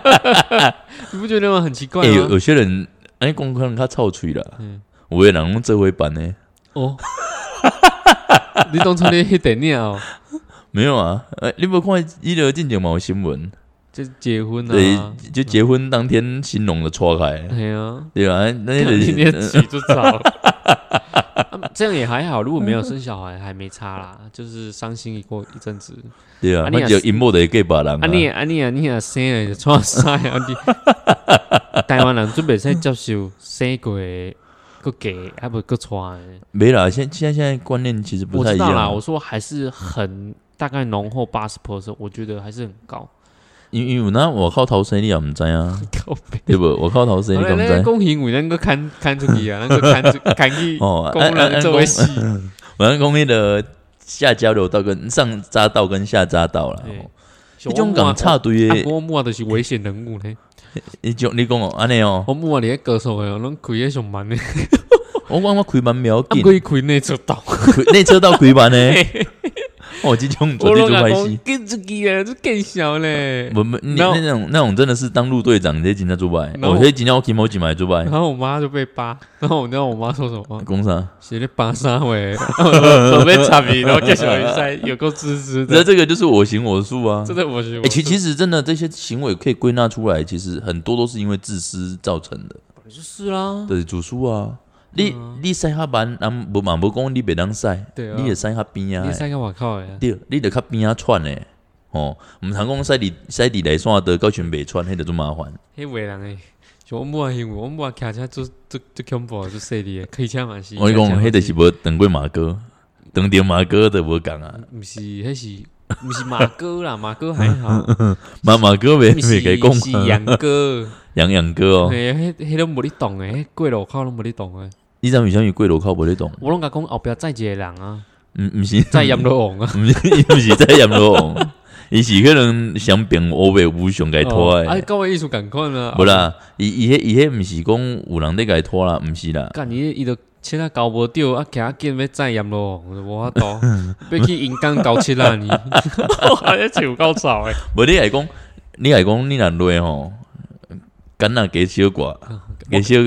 Speaker 2: 你不觉得吗？很奇怪
Speaker 1: 哎、有
Speaker 2: 吗？
Speaker 1: 有些人哎，公可能他臭嘴啦，
Speaker 2: 嗯
Speaker 1: 有的人拢做伙办呢，
Speaker 2: 哦， 你当初你迄电影哦，
Speaker 1: 没有啊，哎，你无看医疗进前嘛有新闻，
Speaker 2: 就结婚
Speaker 1: 对
Speaker 2: 啊，，
Speaker 1: 就结婚当天新郎就错开，
Speaker 2: 哎呀，
Speaker 1: 对啊，那呃些
Speaker 2: 今天
Speaker 1: 人
Speaker 2: 起就 早。啊这样也还好，如果没有生小孩，还没差啦，就是伤心过一阵子。
Speaker 1: 对啊，
Speaker 2: 啊你
Speaker 1: 那
Speaker 2: 也
Speaker 1: 就是阴谋的会嫁别人
Speaker 2: 啊你啊你啊你啊生了就创啥呀？你 台湾人准备使接受生过的，个嫁还不个娶的。
Speaker 1: 没啦，现现在现在观念其实不
Speaker 2: 我
Speaker 1: 太
Speaker 2: 知
Speaker 1: 一
Speaker 2: 道啦，
Speaker 1: 样
Speaker 2: 我，说还是很大概浓厚八十 percent，我觉得还是很高。
Speaker 1: 因因为那我靠逃生你也唔知啊，
Speaker 2: 靠北
Speaker 1: 对不？我靠逃生你
Speaker 2: 好
Speaker 1: 敢
Speaker 2: 啦
Speaker 1: 不
Speaker 2: 那个
Speaker 1: 知？
Speaker 2: 公行委那个看看出去啊，那 个看出看 去
Speaker 1: 哦啊
Speaker 2: 公
Speaker 1: 啊啊
Speaker 2: 人作为
Speaker 1: 公
Speaker 2: 戏，
Speaker 1: 我
Speaker 2: 哎
Speaker 1: 讲公益的下交流道跟上匝道跟下匝道啦，
Speaker 2: 对
Speaker 1: 哦这种港插队
Speaker 2: 哎啊，
Speaker 1: 的。
Speaker 2: 我木啊，就是危险人物 呢。
Speaker 1: 你就你讲哦，安尼哦，
Speaker 2: 我木啊，连歌手哦，拢开个上慢呢，
Speaker 1: 我讲我开蛮苗
Speaker 2: 哦 啊，
Speaker 1: 紧，
Speaker 2: 可以开内出道。
Speaker 1: 开内车道开蛮 呢。哦，这种绝
Speaker 2: 我
Speaker 1: 对
Speaker 2: 拢
Speaker 1: 做
Speaker 2: 讲
Speaker 1: 坏事，
Speaker 2: 跟自己啊，这更小嘞。
Speaker 1: 不不，你
Speaker 2: 然后
Speaker 1: 那种那种真的是当路队长，你这真正做坏，
Speaker 2: 然后
Speaker 1: 我这真正我起毛起买做坏
Speaker 2: 然，后我妈就被扒，然后我知道我妈说 什么吗？
Speaker 1: 讲啥？
Speaker 2: 谁在扒三 回？准备插皮，然后跟小鱼赛有够自私
Speaker 1: 那
Speaker 2: 的，
Speaker 1: 这个就是我行我素啊。
Speaker 2: 真的我觉得我
Speaker 1: 哎，其其实真的这些行为可以归纳出来，其实很多都是因为自私造成的。
Speaker 2: 就是啦，
Speaker 1: 对，主输啊，你你塞较慢，人无嘛无讲你别当塞，
Speaker 2: 嗯对啊
Speaker 1: 你也塞较边啊
Speaker 2: 你。三个我靠哎，
Speaker 1: 对，你得较边啊串诶。哦，毋通讲驶伫驶伫内线的到全北川，迄就做麻烦。
Speaker 2: 迄伟人诶，像我母啊，因为我母啊，骑车做做做恐怖的，做犀利诶，开车嘛是。
Speaker 1: 我跟你讲，迄
Speaker 2: 著
Speaker 1: 著是无等过马哥，等着马哥的无共啊，
Speaker 2: 毋是，迄是毋是马哥啦，马哥还好，
Speaker 1: 马马哥袂
Speaker 2: 毋
Speaker 1: 袂
Speaker 2: 是
Speaker 1: 给讲啊
Speaker 2: 是啊杨哥，
Speaker 1: 杨杨哥哦，
Speaker 2: 嘿，迄迄拢无你懂诶，迄过路口拢无你懂诶，
Speaker 1: 你知影为啥物过路口无咧动？
Speaker 2: 我拢甲讲后壁载一个人啊，
Speaker 1: 毋毋是，
Speaker 2: 载阎罗王啊，
Speaker 1: 毋是，毋是在杨罗王，伊是可能想变乌白无上该拖
Speaker 2: 哦啊，
Speaker 1: 诶。
Speaker 2: 跟我艺术共款啊，
Speaker 1: 无啦，伊伊迄伊迄毋是讲有人咧甲伊拖啦，毋是啦，
Speaker 2: 干伊伊都切啊搞无着啊，行啊见要再严咯，我说无法度，要去银江搞切 啊你，我还在有高潮诶，
Speaker 1: 无你来讲，你来讲，你若累吼，敢若加小寡，
Speaker 2: 哦
Speaker 1: 加 小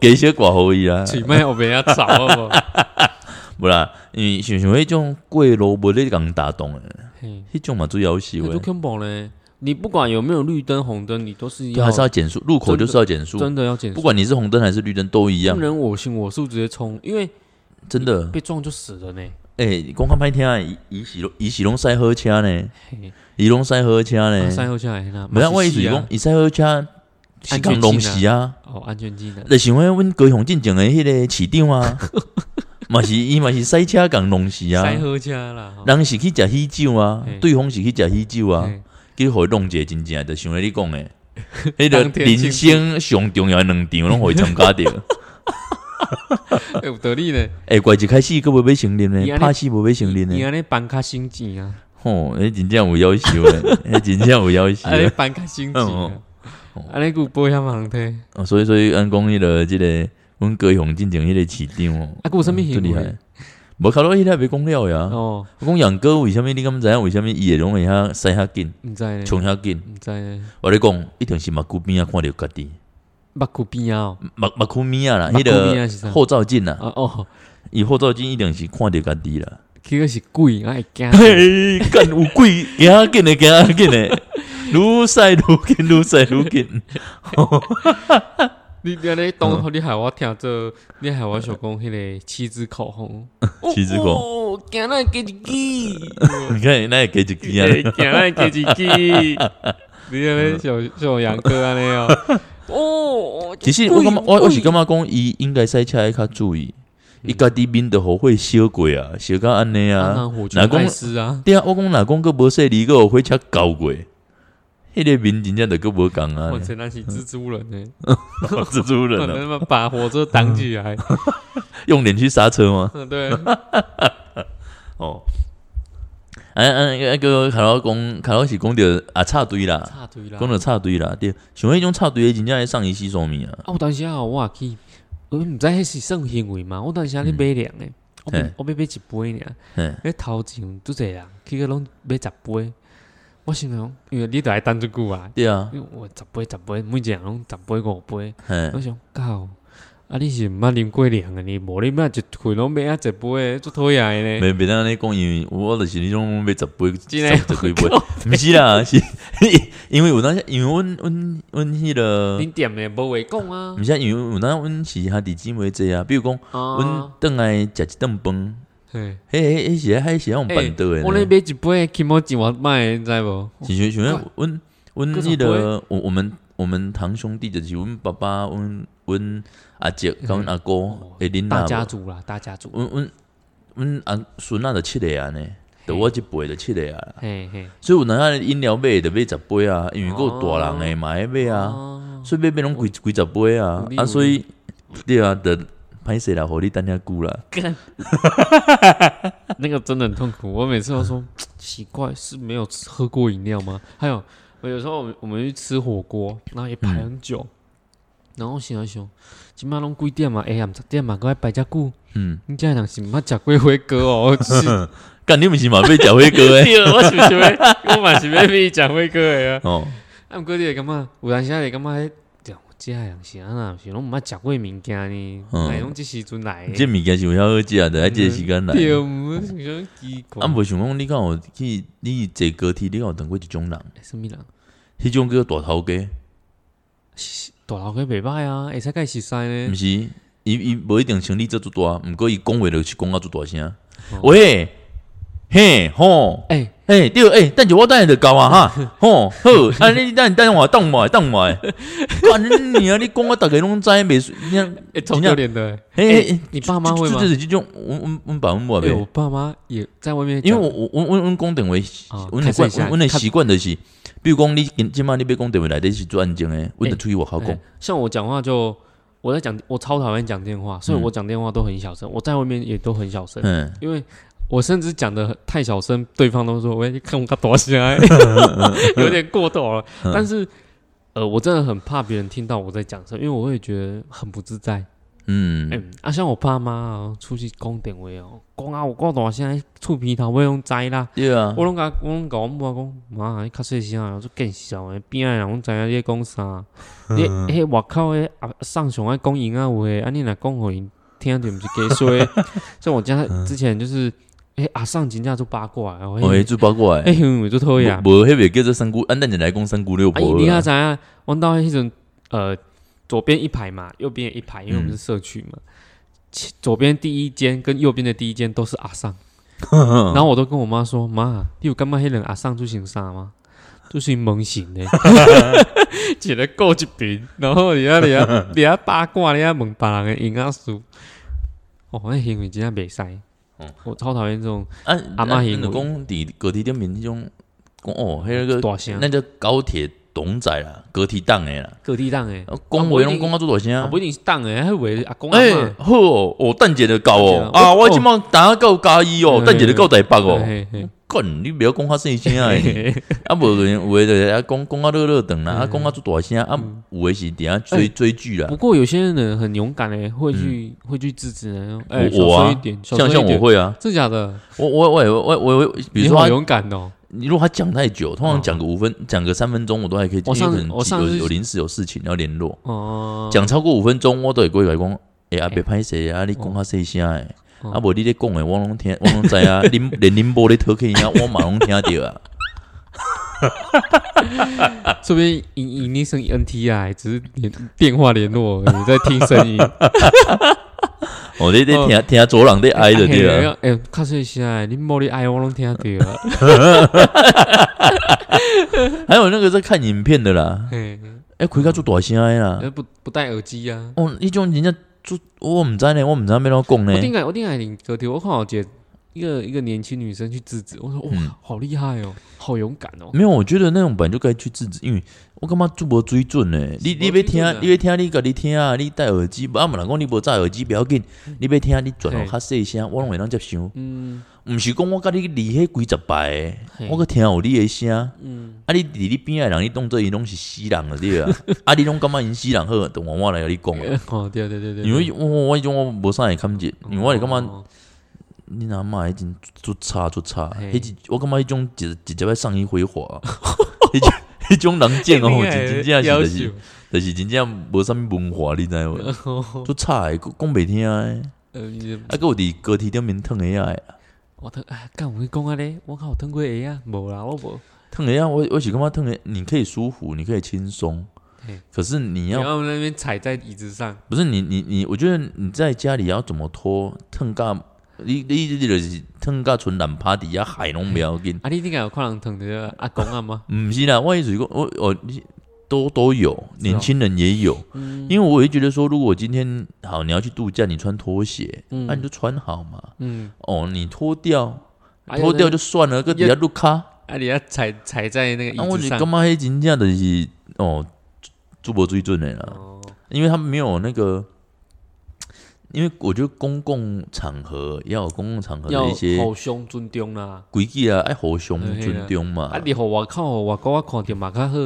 Speaker 1: 加小寡互伊啊，
Speaker 2: 嘴麦我袂晓吵啊 无，
Speaker 1: 无啦，因为想想迄种过路无咧共打动诶，
Speaker 2: 嘿，
Speaker 1: 迄种嘛最夭寿
Speaker 2: 很
Speaker 1: 诶，
Speaker 2: 多恐怖嘞，你不管有没有绿灯红灯，你都是
Speaker 1: 还
Speaker 2: 要
Speaker 1: 是要减速，路口就是要减速，
Speaker 2: 真的要减
Speaker 1: 不
Speaker 2: 速，
Speaker 1: 管你是红灯还是绿灯都一样
Speaker 2: 不，能我行我素直接冲，因为
Speaker 1: 真的。
Speaker 2: 被撞就死了呢。
Speaker 1: 诶，讲较歹听啊，伊伊是伊是拢赛好车呢，
Speaker 2: 嘿，
Speaker 1: 伊拢赛好车
Speaker 2: 啊
Speaker 1: 呢，
Speaker 2: 赛后下来那，
Speaker 1: 哎没啊，我意思
Speaker 2: 是
Speaker 1: 是
Speaker 2: 啊
Speaker 1: 讲，伊赛好车是讲拢是啊。
Speaker 2: 哦，安全技能，
Speaker 1: 就想要阮高雄进前的迄个市长啊， 嘛是伊嘛是赛车共弄死啊，
Speaker 2: 塞好车啦，吼
Speaker 1: 人是去食喜酒啊
Speaker 2: 嘿，
Speaker 1: 对方是去食喜酒啊，
Speaker 2: 嘿
Speaker 1: 去互伊弄者真正就想要你讲 的，迄个
Speaker 2: 当天
Speaker 1: 人
Speaker 2: 庆
Speaker 1: 生上重要的两场拢互伊参加 着。
Speaker 2: 哎有道理呢。
Speaker 1: 诶，怪一开始佫无要承认
Speaker 2: 伊
Speaker 1: 呢，
Speaker 2: 安尼
Speaker 1: 拍死无要承认
Speaker 2: 你
Speaker 1: 呢，
Speaker 2: 安尼办卡省钱啊，
Speaker 1: 吼，迄真正有要求 诶，迄真正有要求
Speaker 2: 安尼
Speaker 1: 的。
Speaker 2: 办卡省钱
Speaker 1: 嗯
Speaker 2: 啊，安尼有保险嘛通摕，
Speaker 1: 哦所以所以按讲迄个即个阮高雄进前迄个市长哦，
Speaker 2: 啊，佮有啥物
Speaker 1: 最厉
Speaker 2: 行
Speaker 1: 害
Speaker 2: 为？。
Speaker 1: 无考到迄个袂讲了呀。
Speaker 2: 哦，
Speaker 1: 我讲杨哥为什物你敢不知影为什物伊会拢会遐使遐紧，
Speaker 2: 毋知呢，
Speaker 1: 冲遐紧？
Speaker 2: 毋知呢，
Speaker 1: 我咧讲，一定是目睭边啊看着家己，
Speaker 2: 目睭边啊哦，
Speaker 1: 目目睭边啊啦，
Speaker 2: 目
Speaker 1: 迄
Speaker 2: 睭边啊是
Speaker 1: 个
Speaker 2: 啥
Speaker 1: 后照镜啦，
Speaker 2: 啊哦，
Speaker 1: 伊后照镜一定是看着家己 啦。。
Speaker 2: 这个是鬼，啊会惊
Speaker 1: 嘿，干有鬼，行啊紧诶，行啊紧诶， 愈使愈紧，愈使愈紧。
Speaker 2: 你你安尼
Speaker 1: 嗯
Speaker 2: 当好，你害我听做，你害我想讲迄个七支口红，
Speaker 1: 七支口
Speaker 2: 哦，惊咱加一支，
Speaker 1: 你看，那会加一支啊？
Speaker 2: 嘿惊咱加一支。你安
Speaker 1: 嗯
Speaker 2: 尼像像杨哥安尼哦，哦，
Speaker 1: 其实我感觉，我我是
Speaker 2: 鬼
Speaker 1: 感觉讲，伊应该赛车较注意，伊家己面都后悔小过啊，小到安尼
Speaker 2: 当
Speaker 1: 啊。
Speaker 2: 然火球爱斯啊，
Speaker 1: 对啊，我讲若讲个无说你个火车搞过，迄、个面真正就个无共啊
Speaker 2: 我，真那是蜘蛛人呢、
Speaker 1: 蜘蛛
Speaker 2: 可
Speaker 1: 人啊，
Speaker 2: 能他妈把火车挡起来，
Speaker 1: 用脸去刹车吗？
Speaker 2: 嗯 对，
Speaker 1: 哦，啊啊，那个卡拉讲，卡拉是讲着啊插队啦，
Speaker 2: 插队啦。
Speaker 1: 讲着插队啦，对，像迄种插队的真正会送伊四十米啊，
Speaker 2: 啊，有当时啊，我也去，我毋知迄是算行为嘛，我当时啊咧买凉诶，
Speaker 1: 嗯
Speaker 2: 我
Speaker 1: 嘿
Speaker 2: 买我买买一杯尔，
Speaker 1: 嗯，
Speaker 2: 迄头前拄侪人，去个拢买十杯，我心想，因为你都爱等即久啊，
Speaker 1: 对啊，
Speaker 2: 因为我十杯十杯，每一个人拢十杯五杯，我
Speaker 1: 嗯，
Speaker 2: 想靠。啊！你是毋捌啉过凉诶呢？无你咩一群拢买啊一杯，足讨厌诶呢。
Speaker 1: 袂袂当安尼讲，因为我就是迄种要十杯，
Speaker 2: 真的
Speaker 1: 十几 杯，毋是啦，是因为有当时，因为阮阮阮迄个，
Speaker 2: 恁店诶无话讲啊
Speaker 1: 毋。是啊，因为有当时阮是兄弟姊妹济啊，比如讲。阮
Speaker 2: 啊，
Speaker 1: 顿来食一顿饭，
Speaker 2: 嘿。
Speaker 1: 迄迄迄时迄时用
Speaker 2: 欸
Speaker 1: 板凳诶
Speaker 2: 我咧
Speaker 1: 呢。
Speaker 2: 买一杯起码一万卖，你知无？
Speaker 1: 是想想
Speaker 2: 怪
Speaker 1: 阮阮
Speaker 2: 各种
Speaker 1: 迄个我我们我们堂兄弟就是阮爸爸、阮阮阿叔、甲阮阿
Speaker 2: 哦
Speaker 1: 姑会恁
Speaker 2: 大家
Speaker 1: 阿，
Speaker 2: 族啦，大家族。
Speaker 1: 阮阮阮阿孙仔就七个啊呢，
Speaker 2: 嘿
Speaker 1: 就我一辈就七个啊。
Speaker 2: 嘿嘿，
Speaker 1: 所以有那下饮料买就买十杯啊，因为还有大人诶嘛爱买啊，
Speaker 2: 啊，
Speaker 1: 所以买买拢几几十杯啊
Speaker 2: 有理有
Speaker 1: 啊，
Speaker 2: 理
Speaker 1: 所以对啊，就歹势啦，互你等遐久啦。
Speaker 2: 那个真的很痛苦。我每次都说奇怪，是没有喝过饮料吗？还有，我有时候我们我们去吃火锅，然后也排很久，
Speaker 1: 嗯
Speaker 2: 然后我想一想，今麦拢几点嘛？哎呀，十点嘛，搁爱排遮久。
Speaker 1: 嗯，
Speaker 2: 你这人是毋捌食过火锅哦？ 是，
Speaker 1: 干你毋是嘛要食火锅 诶？
Speaker 2: 对，我是想要，我嘛是要比伊食火锅的啊。
Speaker 1: 哦，
Speaker 2: 啊，毋过你会感觉，有当时啊会感觉迄，对，即个人是安那，是拢毋捌食过物件呢，
Speaker 1: 嗯
Speaker 2: 哎，拢即时阵来
Speaker 1: 这
Speaker 2: 的，
Speaker 1: 物件是有遐好食的，啊，这个时间来。
Speaker 2: 嗯对，毋是想奇怪
Speaker 1: 啊，，无想讲你敢有去，你坐高铁，你敢有等过一种人，
Speaker 2: 哎什物人？
Speaker 1: 迄种叫大头家，
Speaker 2: 大头家袂歹啊，会使甲伊熟识
Speaker 1: 毋
Speaker 2: 呢。
Speaker 1: 是？伊伊无一定生理做做大，毋过伊讲话就是讲啊做大声
Speaker 2: 哦。
Speaker 1: 喂，嘿吼，
Speaker 2: 哎，
Speaker 1: 嘿对，哎，等者我等下就到啊哈，吼好，啊你等等我等我等我，管你啊！你讲啊，逐个拢知袂输，你看
Speaker 2: 哎，超丢脸的。
Speaker 1: 嘿嘿，
Speaker 2: 你爸妈会
Speaker 1: 就
Speaker 2: 吗
Speaker 1: 就？是即种，阮阮阮爸阮母
Speaker 2: 哎，我
Speaker 1: 袂，
Speaker 2: 爸妈也在外面讲，
Speaker 1: 因为我我我阮讲电话
Speaker 2: 啊
Speaker 1: 阮的
Speaker 2: 较细
Speaker 1: 惯，
Speaker 2: 声
Speaker 1: 阮阮的
Speaker 2: 较
Speaker 1: 习惯就是，比如讲你今即摆你要讲电话内底是做安静的，阮就
Speaker 2: 欸
Speaker 1: 出去外口讲
Speaker 2: 哎。像我讲话就我在讲，我超讨厌讲电话，所以
Speaker 1: 嗯
Speaker 2: 我讲电话都很小声，我在外面也都很小声，
Speaker 1: 嗯，
Speaker 2: 因为。我甚至讲的太小声，对方都说：“喂，你看我大声啊，有点过头了。”
Speaker 1: 嗯
Speaker 2: 但是，呃，我真的很怕别人听到我在讲什么，因为我会觉得很不自在。
Speaker 1: 嗯，
Speaker 2: 哎、啊，像我爸妈哦，出去讲电话哦，讲啊有够大声，厝边头尾拢知啦。
Speaker 1: 对啊，
Speaker 2: 我拢甲我拢甲阮母啊讲，妈，你较细声啊，做见笑诶，边仔的人拢知影你在讲啥。你迄外口诶啊，上上爱讲闲啊话，啊你若讲互因听着毋是假说的。所以我家之前就是，诶啊上真正做八卦的，哦
Speaker 1: 我
Speaker 2: 我
Speaker 1: 会
Speaker 2: 迄
Speaker 1: 做八卦
Speaker 2: 迄
Speaker 1: 诶，
Speaker 2: 行为做讨
Speaker 1: 无
Speaker 2: 厌。
Speaker 1: 无迄个叫做三姑，按咱就来讲三姑六
Speaker 2: 啊，伊
Speaker 1: 婆
Speaker 2: 你较
Speaker 1: 啦
Speaker 2: 知影，阮兜迄阵呃，左边一排嘛，右边也一排，因为我们是社区嘛。其左边第一间跟右边的第一间都是阿 桑，然后我都跟我妈说：“妈，你有感觉迄人阿桑就成啥吗？就是蒙型 的，一个顾一边，然后你啊你 啊你啊八卦，你啊问别人的因啊输。哦，那行为真正袂使，我超讨厌这种
Speaker 1: 啊，
Speaker 2: 阿嬷
Speaker 1: 啊
Speaker 2: 行为
Speaker 1: 就讲伫高铁顶面迄种，讲哦，迄个
Speaker 2: 大声、
Speaker 1: 那叫高铁董仔啦，高铁党诶啦，
Speaker 2: 各地党的，
Speaker 1: 讲话拢讲到做大声
Speaker 2: 啊
Speaker 1: 啊
Speaker 2: 不。一定是党的，还为阿公阿
Speaker 1: 哎、
Speaker 2: 嬷
Speaker 1: 好哦，哦，蛋姐就到哦，
Speaker 2: 蛋姐
Speaker 1: 啊，
Speaker 2: 哦
Speaker 1: 我即满打到嘉义哦，
Speaker 2: 嗯
Speaker 1: 蛋姐就到台北哦，
Speaker 2: 嘿嘿
Speaker 1: 干，你不要讲较细声
Speaker 2: 嘿
Speaker 1: 诶，
Speaker 2: 嘿
Speaker 1: 啊，无人有诶就是啊，讲讲啊热热长啦，啊，讲啊做大声，啊，
Speaker 2: 嗯
Speaker 1: 有诶是顶下
Speaker 2: 哎
Speaker 1: 追追剧啦
Speaker 2: 不，过有些人很勇敢诶，会去、会去制止人哦。哎、小
Speaker 1: 嗯我啊
Speaker 2: 声一点，小
Speaker 1: 像
Speaker 2: 声
Speaker 1: 像
Speaker 2: 一
Speaker 1: 我
Speaker 2: 点，
Speaker 1: 会啊，
Speaker 2: 真假的？
Speaker 1: 我我我也我我我，比如
Speaker 2: 你
Speaker 1: 说
Speaker 2: 好
Speaker 1: 他
Speaker 2: 勇敢哦。
Speaker 1: 你如果他讲太久，通常讲个五分，讲个三分钟，我都还可以，
Speaker 2: 我
Speaker 1: 因
Speaker 2: 上
Speaker 1: 为可能
Speaker 2: 我上
Speaker 1: 有
Speaker 2: 次
Speaker 1: 有临时有事情要联络，
Speaker 2: 哦、
Speaker 1: 讲超过五分钟，我都会过来讲，哎，阿别拍谁啊，你讲较细声诶，
Speaker 2: 哦
Speaker 1: 啊，无你咧讲诶，我拢听，我拢知 啊，林连林波咧偷看一下，我嘛拢听着啊。
Speaker 2: 说不定赢赢那声 NTI，只是连电话联络而已，你在听声音。
Speaker 1: 哦，你得
Speaker 2: 哦
Speaker 1: 听听左人在 挨着 对啊，
Speaker 2: 哎、欸，看谁先来，你莫里爱我拢听得到。
Speaker 1: 还有那个在看影片的啦，
Speaker 2: 嘿，
Speaker 1: 哎，开到做大声的啦，
Speaker 2: 不不戴耳 机啊。
Speaker 1: 哦，迄种人家做，我毋知呢，我毋知要怎么讲
Speaker 2: 我
Speaker 1: 呢
Speaker 2: 顶，下我顶下领隔天，我看我姐一个一个年轻女生去制止，我说哇、
Speaker 1: 嗯
Speaker 2: 好厉害哦，好勇敢哦。
Speaker 1: 没有，我觉得那种本来就该去制止，因为我感觉做无水准呢，你你要
Speaker 2: 水准
Speaker 1: 听
Speaker 2: 啊，
Speaker 1: 你要听，你家己听啊，你戴耳机，啊，无人讲你无戴耳机不要紧，你要听，你转
Speaker 2: 嗯嘿
Speaker 1: 到较细声，我拢会当接受，
Speaker 2: 嗯，
Speaker 1: 毋是讲我甲你离迄几十摆
Speaker 2: 嘿，
Speaker 1: 我个听有你的声。
Speaker 2: 嗯，
Speaker 1: 啊！你伫你边诶人，你当做伊拢是死人了对啊！啊！你拢感觉因死人好，等我我来甲你讲啊。
Speaker 2: 哦，对对对对，
Speaker 1: 因为我我我迄种我无啥会看见，因为我是感觉
Speaker 2: 哦
Speaker 1: 你阿嬷迄种足差足差，
Speaker 2: 嘿
Speaker 1: 迄一我感觉迄种直直接要上一回华， 迄啊种迄种人见哦，真真正是就是就是真正无啥物文化，你知无？ 足差诶，讲讲袂听诶，
Speaker 2: 呃，
Speaker 1: 啊，还有伫高铁顶面烫啊鞋诶，
Speaker 2: 我疼，哎，干我跟你讲啊咧，我靠，疼过鞋啊，无啦，我无。
Speaker 1: 烫鞋啊，我我是感觉烫鞋，你可以舒服，你可以轻松
Speaker 2: 嘿，啊
Speaker 1: 可是你
Speaker 2: 然
Speaker 1: 要
Speaker 2: 后那边踩在椅子上，
Speaker 1: 不是你你你，我觉得你在家里要怎么脱烫甲，你你你就是烫甲纯烂趴底下海拢袂要 紧。
Speaker 2: 啊，你你敢有看人疼的阿公 阿妈？
Speaker 1: 唔是啦，我意思是讲，我我你都都有，年轻人也有，
Speaker 2: 啊嗯
Speaker 1: 因为我会觉得说，如果今天好你要去度假，你穿拖鞋，那、
Speaker 2: 嗯
Speaker 1: 你就穿好嘛。
Speaker 2: 嗯，
Speaker 1: 哦，你脱掉，
Speaker 2: 啊
Speaker 1: 脱掉就算了，个底下露卡，
Speaker 2: 啊，你要踩踩在那个
Speaker 1: 那、啊、
Speaker 2: 椅
Speaker 1: 我
Speaker 2: 子
Speaker 1: 就
Speaker 2: 上
Speaker 1: 干。嘛黑真正的是哦，主播最准的啦，
Speaker 2: 哦，
Speaker 1: 因为他们没有那个。因为我觉得公共场合要有公共场合
Speaker 2: 要
Speaker 1: 的一些
Speaker 2: 互相尊重啦。
Speaker 1: 规矩啊，爱互相
Speaker 2: 嘿啦
Speaker 1: 尊重嘛。
Speaker 2: 啊，你互外口互外国我看着嘛较好。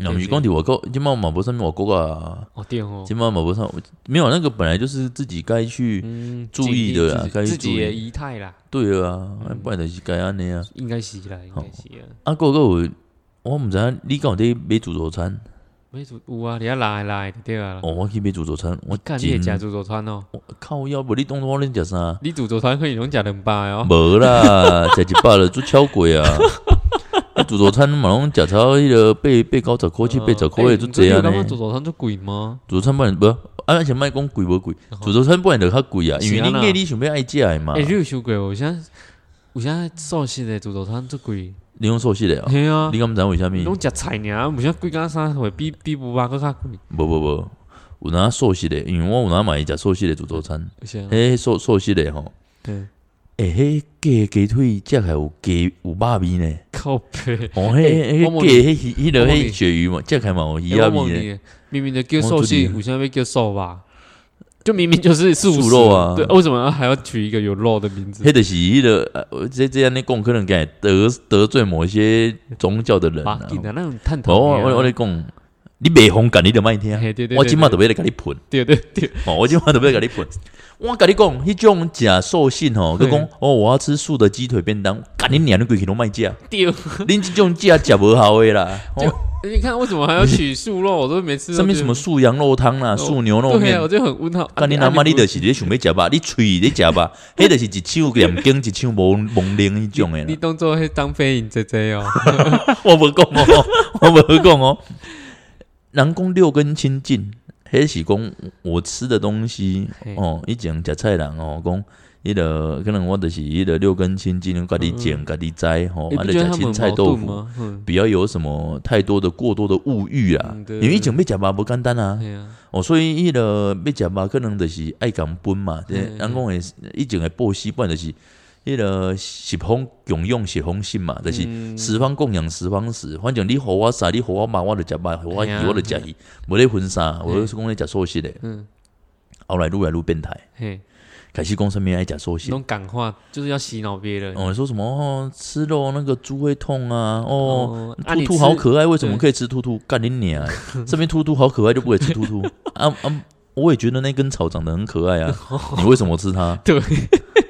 Speaker 1: 那毋是讲伫外国，即满嘛无啥物外国啊。
Speaker 2: 哦对哦，
Speaker 1: 金马马博上没有那个本来就是自己该去、
Speaker 2: 嗯，
Speaker 1: 注意的啦
Speaker 2: 自己
Speaker 1: 该去
Speaker 2: 自己的
Speaker 1: 注
Speaker 2: 仪态啦，
Speaker 1: 对
Speaker 2: 嗯
Speaker 1: 啊，不然就是该安尼啊。
Speaker 2: 应该是啦，应该是啦。
Speaker 1: 啊，个个有我毋知影你敢有伫买自助餐，
Speaker 2: 没煮有啊，你要来来就对啊。
Speaker 1: 哦，我去买自助餐，我
Speaker 2: 干你也
Speaker 1: 真
Speaker 2: 食自助餐哦，
Speaker 1: 我靠腰，无你当初我咧食啥？
Speaker 2: 你自助餐可以拢食两包 的哦。
Speaker 1: 无啦， 食一百了做超贵 啊！啊，自助餐嘛拢食超迄个八八九十箍去八十箍
Speaker 2: 哎
Speaker 1: 诶，做济啊
Speaker 2: 你有感觉
Speaker 1: 呢。
Speaker 2: 自助餐足贵吗？
Speaker 1: 自助餐本来无，啊，而且莫讲贵无贵，自助餐本来就较贵啊，因为
Speaker 2: 哦是啊啦
Speaker 1: 你你想要爱食诶嘛
Speaker 2: 哎、，你有想过无？现在有现在寿司的自助餐足贵，
Speaker 1: 你用寿司诶啊，
Speaker 2: 嘿啊
Speaker 1: 你，敢毋知影为虾米？
Speaker 2: 拢食菜尔，有啥贵到啥货，比比牛肉搁较贵。
Speaker 1: 无无无，有哪寿司的，因为我有哪买伊食寿司的自助餐，
Speaker 2: 有啥？
Speaker 1: 迄寿寿司的吼，
Speaker 2: 对，哎
Speaker 1: 诶、迄鸡的鸡腿食起来有鸡有肉味呢，
Speaker 2: 靠背。
Speaker 1: 哦，迄迄
Speaker 2: 哎我问
Speaker 1: 迄鸡迄迄
Speaker 2: 我
Speaker 1: 落
Speaker 2: 问你
Speaker 1: 迄鳕鱼嘛，食起来嘛有鱼
Speaker 2: 欸
Speaker 1: 仔
Speaker 2: 我问
Speaker 1: 味呢，
Speaker 2: 你，明明就叫寿司，
Speaker 1: 我这里
Speaker 2: 有啥要叫寿吧？就明明就是素食
Speaker 1: 素肉啊
Speaker 2: 对，为什么要还要取一个有肉的名字
Speaker 1: 迄？就是迄落呃，我这这样的讲可能该得得罪某一些宗教的人
Speaker 2: 马
Speaker 1: 啊。
Speaker 2: 吉的那种探
Speaker 1: 无
Speaker 2: 讨。
Speaker 1: 我我我咧讲，你袂红感你就卖听
Speaker 2: 嘿对对，对
Speaker 1: 我今嘛都要来甲你喷，
Speaker 2: 对对对，
Speaker 1: 哦，我今嘛都要甲你喷。我甲你讲，迄种假兽性吼，佮讲
Speaker 2: 嗯
Speaker 1: 哦，我要吃素的鸡腿便当，干你娘，你规去拢卖 食，
Speaker 2: 丢！
Speaker 1: 恁即种食食无效的啦。哦
Speaker 2: 就你看为什么还要取素肉？我都没吃。
Speaker 1: 上面什么素羊肉汤啦、素牛肉
Speaker 2: 对
Speaker 1: 面
Speaker 2: 啊，我，就很问号。啊
Speaker 1: 干你阿妈，你
Speaker 2: 不
Speaker 1: 就是咧想要食吧，你喙咧食吧，迄就是一手 两根，一手 无蒙零迄种的
Speaker 2: 你
Speaker 1: 啦。
Speaker 2: 当做是当飞影姐 姐哦。
Speaker 1: 我无讲哦，我无讲哦。人讲六根清净，迄是讲我吃的东西
Speaker 2: 嘿
Speaker 1: 哦，以前食菜人哦，讲迄个可能我就是迄个六根清净，家己
Speaker 2: 嗯
Speaker 1: 种家己摘吼，
Speaker 2: 你
Speaker 1: 啊，
Speaker 2: 不
Speaker 1: 就
Speaker 2: 觉得
Speaker 1: 食
Speaker 2: 他们
Speaker 1: 青
Speaker 2: 很
Speaker 1: 菜
Speaker 2: 矛
Speaker 1: 豆
Speaker 2: 盾
Speaker 1: 腐，
Speaker 2: 吗？嗯，
Speaker 1: 不要有什么太多的过多的物欲啦
Speaker 2: 嗯。对
Speaker 1: 因为以前要食吧无简单啊，
Speaker 2: 对啊，
Speaker 1: 哦，所以迄个要食肉，可能就是爱共分嘛。即
Speaker 2: 嗯
Speaker 1: 人讲诶，以前诶报喜本就是迄个十方共用十方信嘛，就是
Speaker 2: 嗯
Speaker 1: 十方供养十方食。反正你互我啥，你互我嘛，我就食肉；互我鱼，
Speaker 2: 嘿啊
Speaker 1: 我就食鱼，无咧分啥。我
Speaker 2: 嘿
Speaker 1: 就是讲咧食素食诶。
Speaker 2: 嗯，
Speaker 1: 后来愈来愈变态，
Speaker 2: 嘿，
Speaker 1: 开始讲啥物爱食素
Speaker 2: 那
Speaker 1: 食。
Speaker 2: 种感化就是要洗脑别人。
Speaker 1: 哦，说什么哦，吃肉那个猪会痛啊，哦。
Speaker 2: 哦啊
Speaker 1: 兔
Speaker 2: 你
Speaker 1: 兔好
Speaker 2: 吃
Speaker 1: 可爱，为什么
Speaker 2: 对
Speaker 1: 可以吃兔兔？干你娘 欸！这边兔兔好可爱，就不可以吃兔兔啊啊！我也觉得那根草长得很可 爱啊，你为什么吃它？
Speaker 2: 对，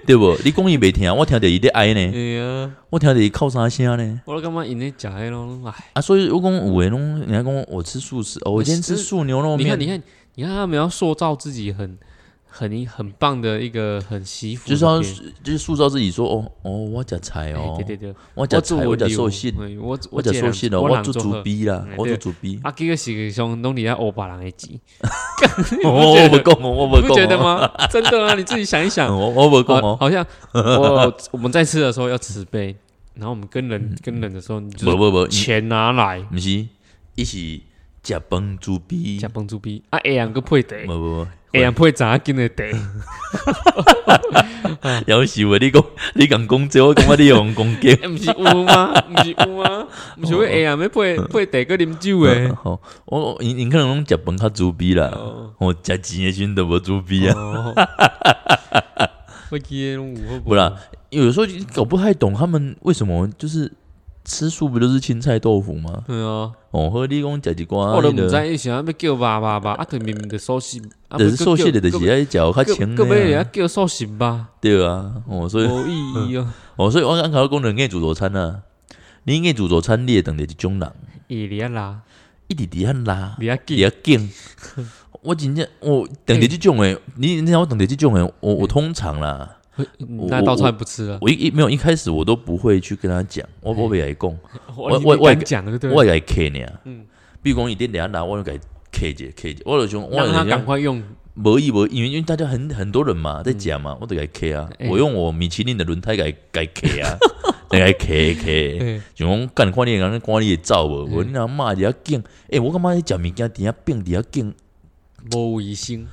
Speaker 1: 对不？你讲伊袂听，我听着伊在哀呢，
Speaker 2: 哎呀，我
Speaker 1: 我听着伊哭啥声呢？
Speaker 2: 都感觉因咧食迄拢哎，
Speaker 1: 啊，所以我讲有诶拢，人家讲我吃素食，哦，我今天吃素牛肉
Speaker 2: 你
Speaker 1: 面，
Speaker 2: 看你看你看他们要塑造自己很很很棒的一个很媳妇
Speaker 1: 就
Speaker 2: 的别
Speaker 1: 是要
Speaker 2: 人，
Speaker 1: 就是塑造自己说，哦哦，我食菜
Speaker 2: 哎
Speaker 1: 哦，
Speaker 2: 对对对，
Speaker 1: 我食
Speaker 2: 做
Speaker 1: 菜，我食
Speaker 2: 牛
Speaker 1: 寿司，
Speaker 2: 哎我
Speaker 1: 我食寿
Speaker 2: 人
Speaker 1: 司咯，
Speaker 2: 我
Speaker 1: 我
Speaker 2: 人
Speaker 1: 做
Speaker 2: 做
Speaker 1: 猪
Speaker 2: 好
Speaker 1: 逼啦
Speaker 2: 哎，
Speaker 1: 我做
Speaker 2: 对，
Speaker 1: 猪逼
Speaker 2: 啊，这个是兄拢伫遐欧巴人的钱，
Speaker 1: 我
Speaker 2: 不觉
Speaker 1: 哦我
Speaker 2: 得
Speaker 1: 不讲，我
Speaker 2: 你
Speaker 1: 不
Speaker 2: 不觉得
Speaker 1: 讲哦，
Speaker 2: 吗？啊真的啊，你自己想一想
Speaker 1: 嗯，我我不讲
Speaker 2: 好
Speaker 1: 哦，
Speaker 2: 好像我我们在吃的时候要慈悲，然后我们跟人跟人的时候，你就
Speaker 1: 不
Speaker 2: 是
Speaker 1: 不不，嗯你
Speaker 2: 钱拿来
Speaker 1: 毋是，伊是食饭猪逼
Speaker 2: 加，帮助币啊，下人个配茶，
Speaker 1: 无无 无，
Speaker 2: 下人配茶 跟的茶，
Speaker 1: 有时话你讲你讲讲这，我感觉你用攻 击。
Speaker 2: 欸不是有吗？不是有吗？不是
Speaker 1: 哦
Speaker 2: 会下人 要配配茶跟啉酒的。
Speaker 1: 吼，我我因因可能拢食饭较猪逼啦，
Speaker 2: 哦
Speaker 1: 我食钱诶时阵都无猪逼啊，
Speaker 2: 哦，我记得拢有好
Speaker 1: 不啦，有时候就搞不太懂他们为什么就是吃素不就是青菜豆腐吗？
Speaker 2: 对啊，
Speaker 1: 哦，和你讲食一寡，
Speaker 2: 哦我都毋知伊想要叫爸爸吧，啊，对明明的寿司，
Speaker 1: 哎
Speaker 2: 啊，
Speaker 1: 但是寿司的就是爱食较清
Speaker 2: 个尾
Speaker 1: 的
Speaker 2: 要
Speaker 1: 啊，
Speaker 2: 叫寿司吧，
Speaker 1: 对啊，哦，所以
Speaker 2: 无意 义哦，
Speaker 1: 哦，所以我刚考讲人爱自助餐啊，你爱自助餐，你会当着一种人，
Speaker 2: 伊咧啦，
Speaker 1: 一直伫遐拉。
Speaker 2: 啊你要啊记
Speaker 1: 比较 紧。我真正我等着这种诶，你你让我等着这种诶，我我通常啦，
Speaker 2: 嗯那道菜不吃了。
Speaker 1: 我一一没有一开始我都不会去跟他讲，我我袂来讲，我
Speaker 2: 你
Speaker 1: 我
Speaker 2: 你
Speaker 1: 我
Speaker 2: 敢讲嗯的对了，
Speaker 1: 我来客呢。
Speaker 2: 嗯
Speaker 1: 比如讲一点两拿，我就给客者客者，我就想我
Speaker 2: 让他
Speaker 1: 就
Speaker 2: 赶
Speaker 1: 想
Speaker 2: 快嗯用。
Speaker 1: 无意无意，因为因为大家很很多人嘛在讲嘛，我就给客啊，
Speaker 2: 哎
Speaker 1: 我用我米其林的轮胎给给客 啊，给客客。
Speaker 2: 对，
Speaker 1: 就讲干看你的人，看你会走无？无
Speaker 2: 嗯
Speaker 1: 你若骂伫遐紧，诶，我感觉你食物件伫遐变伫遐紧，
Speaker 2: 无卫生，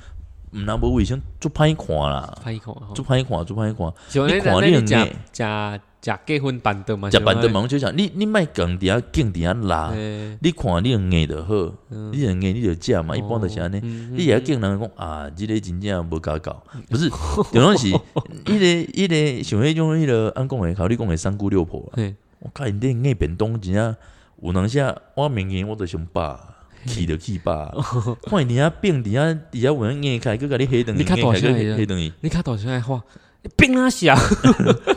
Speaker 1: 毋若无卫生，足歹看啦。
Speaker 2: 拍一口啊。
Speaker 1: 做歹看，做歹看，
Speaker 2: 像
Speaker 1: 你看
Speaker 2: 那
Speaker 1: 你
Speaker 2: 你
Speaker 1: 很
Speaker 2: 假
Speaker 1: 硬
Speaker 2: 假假结婚板凳嘛？
Speaker 1: 食板凳嘛，
Speaker 2: 嘛？
Speaker 1: 我就想你你莫讲伫遐紧伫遐拉，
Speaker 2: 哎，
Speaker 1: 你看你用硬就好，
Speaker 2: 嗯哦
Speaker 1: 你用硬你就食嘛，一般就是安尼。
Speaker 2: 你
Speaker 1: 你也见人讲啊，即个真正无搞搞，
Speaker 2: 嗯
Speaker 1: 不是， 有拢是迄个迄个像迄种迄个按讲诶，考你讲诶三姑六婆啊，
Speaker 2: 嘿
Speaker 1: 我靠，因顶硬便当真正有当下我明年我就想饱。气就气吧，看你遐病伫遐伫遐有人硬开，佮甲你黑灯，
Speaker 2: 你较大声的
Speaker 1: 黑灯伊，
Speaker 2: 你看导出来话，你冰啊 小，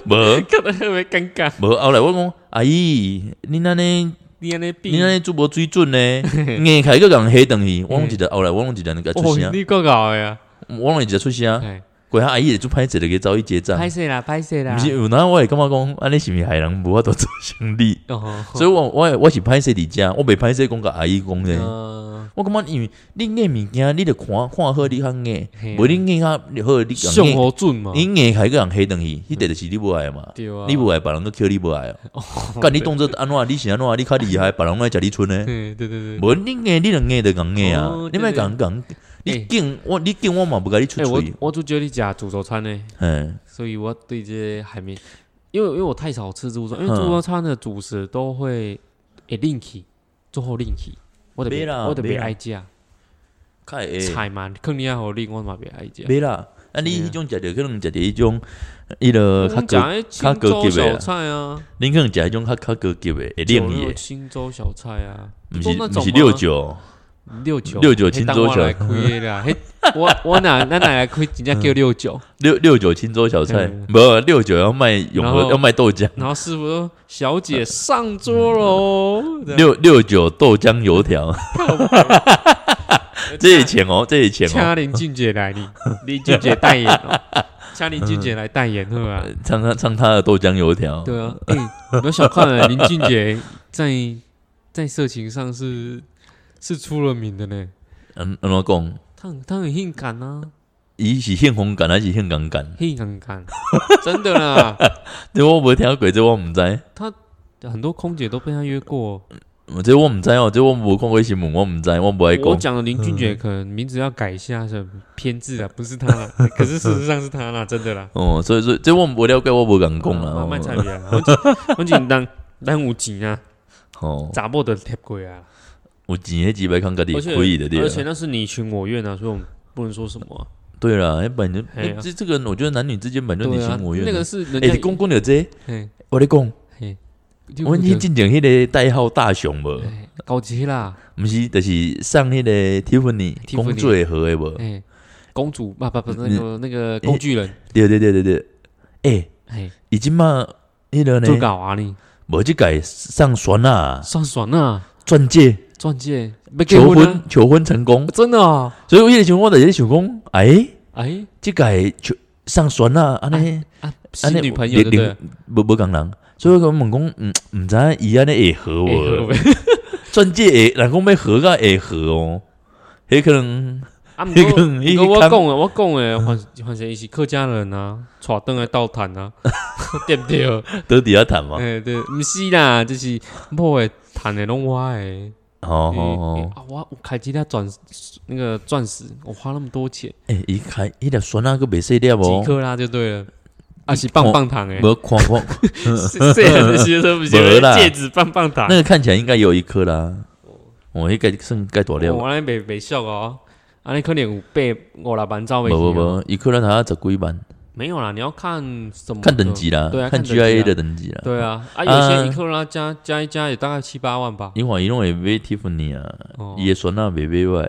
Speaker 1: 无
Speaker 2: 看到特别尴尬。
Speaker 1: 无后来我讲阿姨，你安尼
Speaker 2: 你安尼
Speaker 1: 你
Speaker 2: 冰，
Speaker 1: 安尼做无水准 呢，硬开个共黑等去，我拢一直后来我拢一直那个出
Speaker 2: 哦，
Speaker 1: 声，
Speaker 2: 你够搞的呀！
Speaker 1: 我拢一直出声，
Speaker 2: 哎，
Speaker 1: 怪他阿姨就歹势就给走去结账
Speaker 2: 拍。摄啦，拍摄啦
Speaker 1: 毋。啊是，有哪我会感觉讲，安尼是毋是害人无法度做生理，
Speaker 2: 哦，
Speaker 1: 所以我我我是歹势伫遮，我袂歹势讲甲阿姨讲咧。
Speaker 2: 嗯，
Speaker 1: 我感觉因为你硬物件，你着看看好你较硬
Speaker 2: 嘿，啊
Speaker 1: 无你硬较你好你
Speaker 2: 上嗯
Speaker 1: 讲硬，
Speaker 2: 好准嘛
Speaker 1: 你？硬开个人黑等去，迄个就是你无爱嘛。
Speaker 2: 对啊，
Speaker 1: 你无爱，别人个捡你无爱哦。干你动作安怎？你是安怎？你较厉害，别人拢爱食你剩 呢。
Speaker 2: 嘿，对对对。
Speaker 1: 无你硬，你能硬就硬硬啊
Speaker 2: 哦！
Speaker 1: 你
Speaker 2: 对
Speaker 1: 莫
Speaker 2: 对
Speaker 1: 讲讲，你
Speaker 2: 哎
Speaker 1: 敬我，你敬我嘛不甲你出
Speaker 2: 哎，我
Speaker 1: 嘴。
Speaker 2: 我就觉得你假煮早餐呢。
Speaker 1: 嗯，
Speaker 2: 所以我对这些海绵，因为因为我太少吃自助餐，因为自助餐的主食都会会另起，最后另起，我得
Speaker 1: 没啦
Speaker 2: 我得
Speaker 1: 没
Speaker 2: 别
Speaker 1: 啦
Speaker 2: 爱食
Speaker 1: 较会
Speaker 2: 菜嘛，肯定要好另我嘛别爱食。
Speaker 1: 袂啦。啊，你
Speaker 2: 对啊
Speaker 1: 迄种食着可能食着迄种，迄落较高，
Speaker 2: 讲青
Speaker 1: 较高
Speaker 2: 州
Speaker 1: 级的啦
Speaker 2: 小菜啊，
Speaker 1: 恁可能食迄种较较高级的，会冷
Speaker 2: 九
Speaker 1: 伊
Speaker 2: 六
Speaker 1: 的，
Speaker 2: 青州小菜啊，
Speaker 1: 毋
Speaker 2: 都
Speaker 1: 是
Speaker 2: 那
Speaker 1: 毋
Speaker 2: 种
Speaker 1: 是
Speaker 2: 吗
Speaker 1: 六九，
Speaker 2: 六九
Speaker 1: 六九轻舟
Speaker 2: 那当我来亏 啦，嘿，我我哪那哪来亏？人家
Speaker 1: 嗯
Speaker 2: 叫六九，
Speaker 1: 六六九青州小菜
Speaker 2: 嗯，
Speaker 1: 没有六九要卖永
Speaker 2: 然
Speaker 1: 和
Speaker 2: 后
Speaker 1: 要卖豆浆，
Speaker 2: 然后师傅说：“小姐上桌喽。这样
Speaker 1: 六六九豆浆油 条，这是钱哦，这是钱哦，
Speaker 2: 掐林俊杰来，你 林俊杰代言 哦，掐林俊杰来代言，对吧？
Speaker 1: 唱他唱他的豆浆油条，
Speaker 2: 对啊，哎、你不要小看 了林俊杰在在色情上是是出了名的呢，
Speaker 1: 嗯，怎么讲？
Speaker 2: 他很他很性感啊，
Speaker 1: 伊是现红感还是现港感？
Speaker 2: 性感，真的啦，
Speaker 1: 这我无听过，这我唔知，
Speaker 2: 很多空姐都被他约过。
Speaker 1: 这我唔知哦，这我无看过新闻，我唔知，我不爱
Speaker 2: 我
Speaker 1: 讲。
Speaker 2: 讲的林俊
Speaker 1: 嗯
Speaker 2: 杰可能名字要改一下，是偏字啊，不是他啦， 可是事实上是他啦，真的啦。
Speaker 1: 哦，所以说这我无了解，我无敢讲啦。
Speaker 2: 啊卖菜
Speaker 1: 哦
Speaker 2: 别啊，我我简单。咱有钱啊，
Speaker 1: 哦，
Speaker 2: 查某的贴过啊，
Speaker 1: 有钱迄几百看家己
Speaker 2: 而且
Speaker 1: 可以的对
Speaker 2: 而
Speaker 1: 了
Speaker 2: 且。那是你情我愿啊，所以我们不能说什么啊、
Speaker 1: 对啦，哎，本来就
Speaker 2: 嘿
Speaker 1: 哎
Speaker 2: 啊
Speaker 1: 这这个，我觉得男女之间本来就你
Speaker 2: 对啊，
Speaker 1: 情我愿
Speaker 2: 那个
Speaker 1: 啊。
Speaker 2: 是人家
Speaker 1: 哎，你讲讲到这，
Speaker 2: 嘿，
Speaker 1: 我咧讲，
Speaker 2: 嘿，
Speaker 1: 我们去进前迄个代号大雄无？
Speaker 2: 哎高级啦，
Speaker 1: 毋是，就是上迄个 Tiffany 公主的河的无？
Speaker 2: 哎，公主啊，不不，那个那个工具人，
Speaker 1: 对对对对对，哎，
Speaker 2: 哎，
Speaker 1: 已经嘛，迄个
Speaker 2: 做
Speaker 1: 呢，
Speaker 2: 搞啊你，
Speaker 1: 无即改上船啊，
Speaker 2: 算爽啊，
Speaker 1: 钻戒
Speaker 2: 钻戒要结
Speaker 1: 求
Speaker 2: 婚啊
Speaker 1: 婚求婚成功，
Speaker 2: 真的哦，
Speaker 1: 所以我迄个时候我就是想讲，哎，
Speaker 2: 哎
Speaker 1: 即改求上船啊，安尼
Speaker 2: 啊，
Speaker 1: 安
Speaker 2: 新
Speaker 1: 尼
Speaker 2: 女朋友对不对？
Speaker 1: 无无共人，所以我问讲，嗯，毋知伊安尼会合
Speaker 2: 哎
Speaker 1: 无？
Speaker 2: 喂
Speaker 1: 钻戒会，人讲要合甲会合哦，迄可能
Speaker 2: 啊，不
Speaker 1: 迄
Speaker 2: 过
Speaker 1: 可能
Speaker 2: 你
Speaker 1: 伊
Speaker 2: 跟我讲
Speaker 1: 看
Speaker 2: 的，我讲啊的，反反正伊是客家人啊，带灯来倒谈啊， 对不对？
Speaker 1: 倒伫遐趁嘛，
Speaker 2: 哎，对，不是啦，就是某的谈的拢我的。
Speaker 1: 哦哦
Speaker 2: 欸
Speaker 1: 哦
Speaker 2: 欸。啊！我我开机那钻那个钻石，我花那么多钱，
Speaker 1: 诶，伊开伊粒酸啊，个袂细粒
Speaker 2: 嗯几
Speaker 1: 哦，
Speaker 2: 克拉就对了，啊是棒棒糖哎，
Speaker 1: 无看看，
Speaker 2: 是是那些都不行
Speaker 1: 没，啦
Speaker 2: 戒指棒棒糖
Speaker 1: 那，个看起来应该有一颗啦。哦我迄个算盖大粒，
Speaker 2: 我那没没笑哦，啊你可能有被我老板招
Speaker 1: 无
Speaker 2: 没？
Speaker 1: 无无，一颗咱才十几万，
Speaker 2: 哦没有啦，你要看什么？
Speaker 1: 看等。级啦
Speaker 2: 对啊，
Speaker 1: 看
Speaker 2: 看等级啊
Speaker 1: GIA 的等级啦。
Speaker 2: 对啊，啊有
Speaker 1: 啊
Speaker 2: 些一克拉加加一加也大概七八万吧。
Speaker 1: 因为伊拢会买 Tiffany 啊，
Speaker 2: 哦，
Speaker 1: 伊的酸啊袂买坏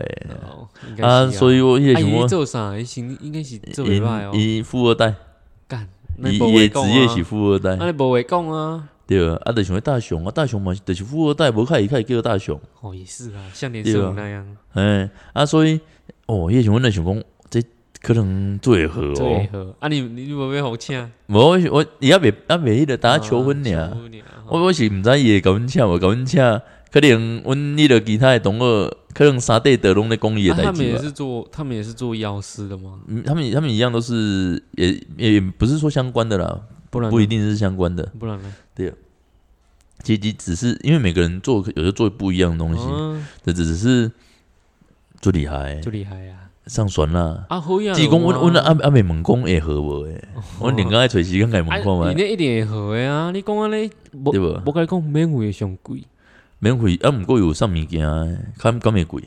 Speaker 2: 哦应该
Speaker 1: 啊，所
Speaker 2: 以
Speaker 1: 以我迄个
Speaker 2: 啊伊
Speaker 1: 想
Speaker 2: 在
Speaker 1: 我
Speaker 2: 做啥？伊行应该是做袂歹哦，
Speaker 1: 伊富二代，
Speaker 2: 干。那
Speaker 1: 伊
Speaker 2: 没话
Speaker 1: 伊的
Speaker 2: 讲
Speaker 1: 职业
Speaker 2: 啊
Speaker 1: 是富二
Speaker 2: 啊，
Speaker 1: 代，
Speaker 2: 你无话讲啊？
Speaker 1: 对啊，啊，就想要大雄啊，大雄嘛是就是富二代，无看伊看叫大雄，
Speaker 2: 哦，也是啊，像连
Speaker 1: 对
Speaker 2: 胜
Speaker 1: 啊
Speaker 2: 武那样，
Speaker 1: 哎，啊，所以哦，迄个想我那想讲，这可能做会合哦
Speaker 2: 对。呵。啊，你你你无要好请？
Speaker 1: 无我是我伊也袂也袂迄个打求婚
Speaker 2: 啊
Speaker 1: 尔
Speaker 2: 求，婚尔
Speaker 1: 我我是毋知伊会甲阮请无甲阮请，啊可能阮迄个其他诶同学，可能三对的拢咧讲伊
Speaker 2: 啊
Speaker 1: 诶代
Speaker 2: 他们
Speaker 1: 志
Speaker 2: 也
Speaker 1: 吧。
Speaker 2: 是做，他们也是做药师的吗？
Speaker 1: 嗯他们他们一样都是也也不是说相关的啦，
Speaker 2: 不然呢
Speaker 1: 不一，定是相关的，
Speaker 2: 不然呢？
Speaker 1: 其实只是因为每个人做有时候做不一样的东西，
Speaker 2: 嗯，
Speaker 1: 这只是最厉害
Speaker 2: 就厉害啊！
Speaker 1: 上船啦。
Speaker 2: 啊，好呀，
Speaker 1: 只是讲阮阮
Speaker 2: 啊，
Speaker 1: 阿阿妹问讲会合无 诶，阮另外找时间来问
Speaker 2: 啊，
Speaker 1: 看
Speaker 2: 你
Speaker 1: 觅，
Speaker 2: 那一定会好的啊！你讲安尼，无
Speaker 1: 对无？
Speaker 2: 无甲你讲免费的上贵，
Speaker 1: 免费啊，毋过有送物件的，敢敢会贵？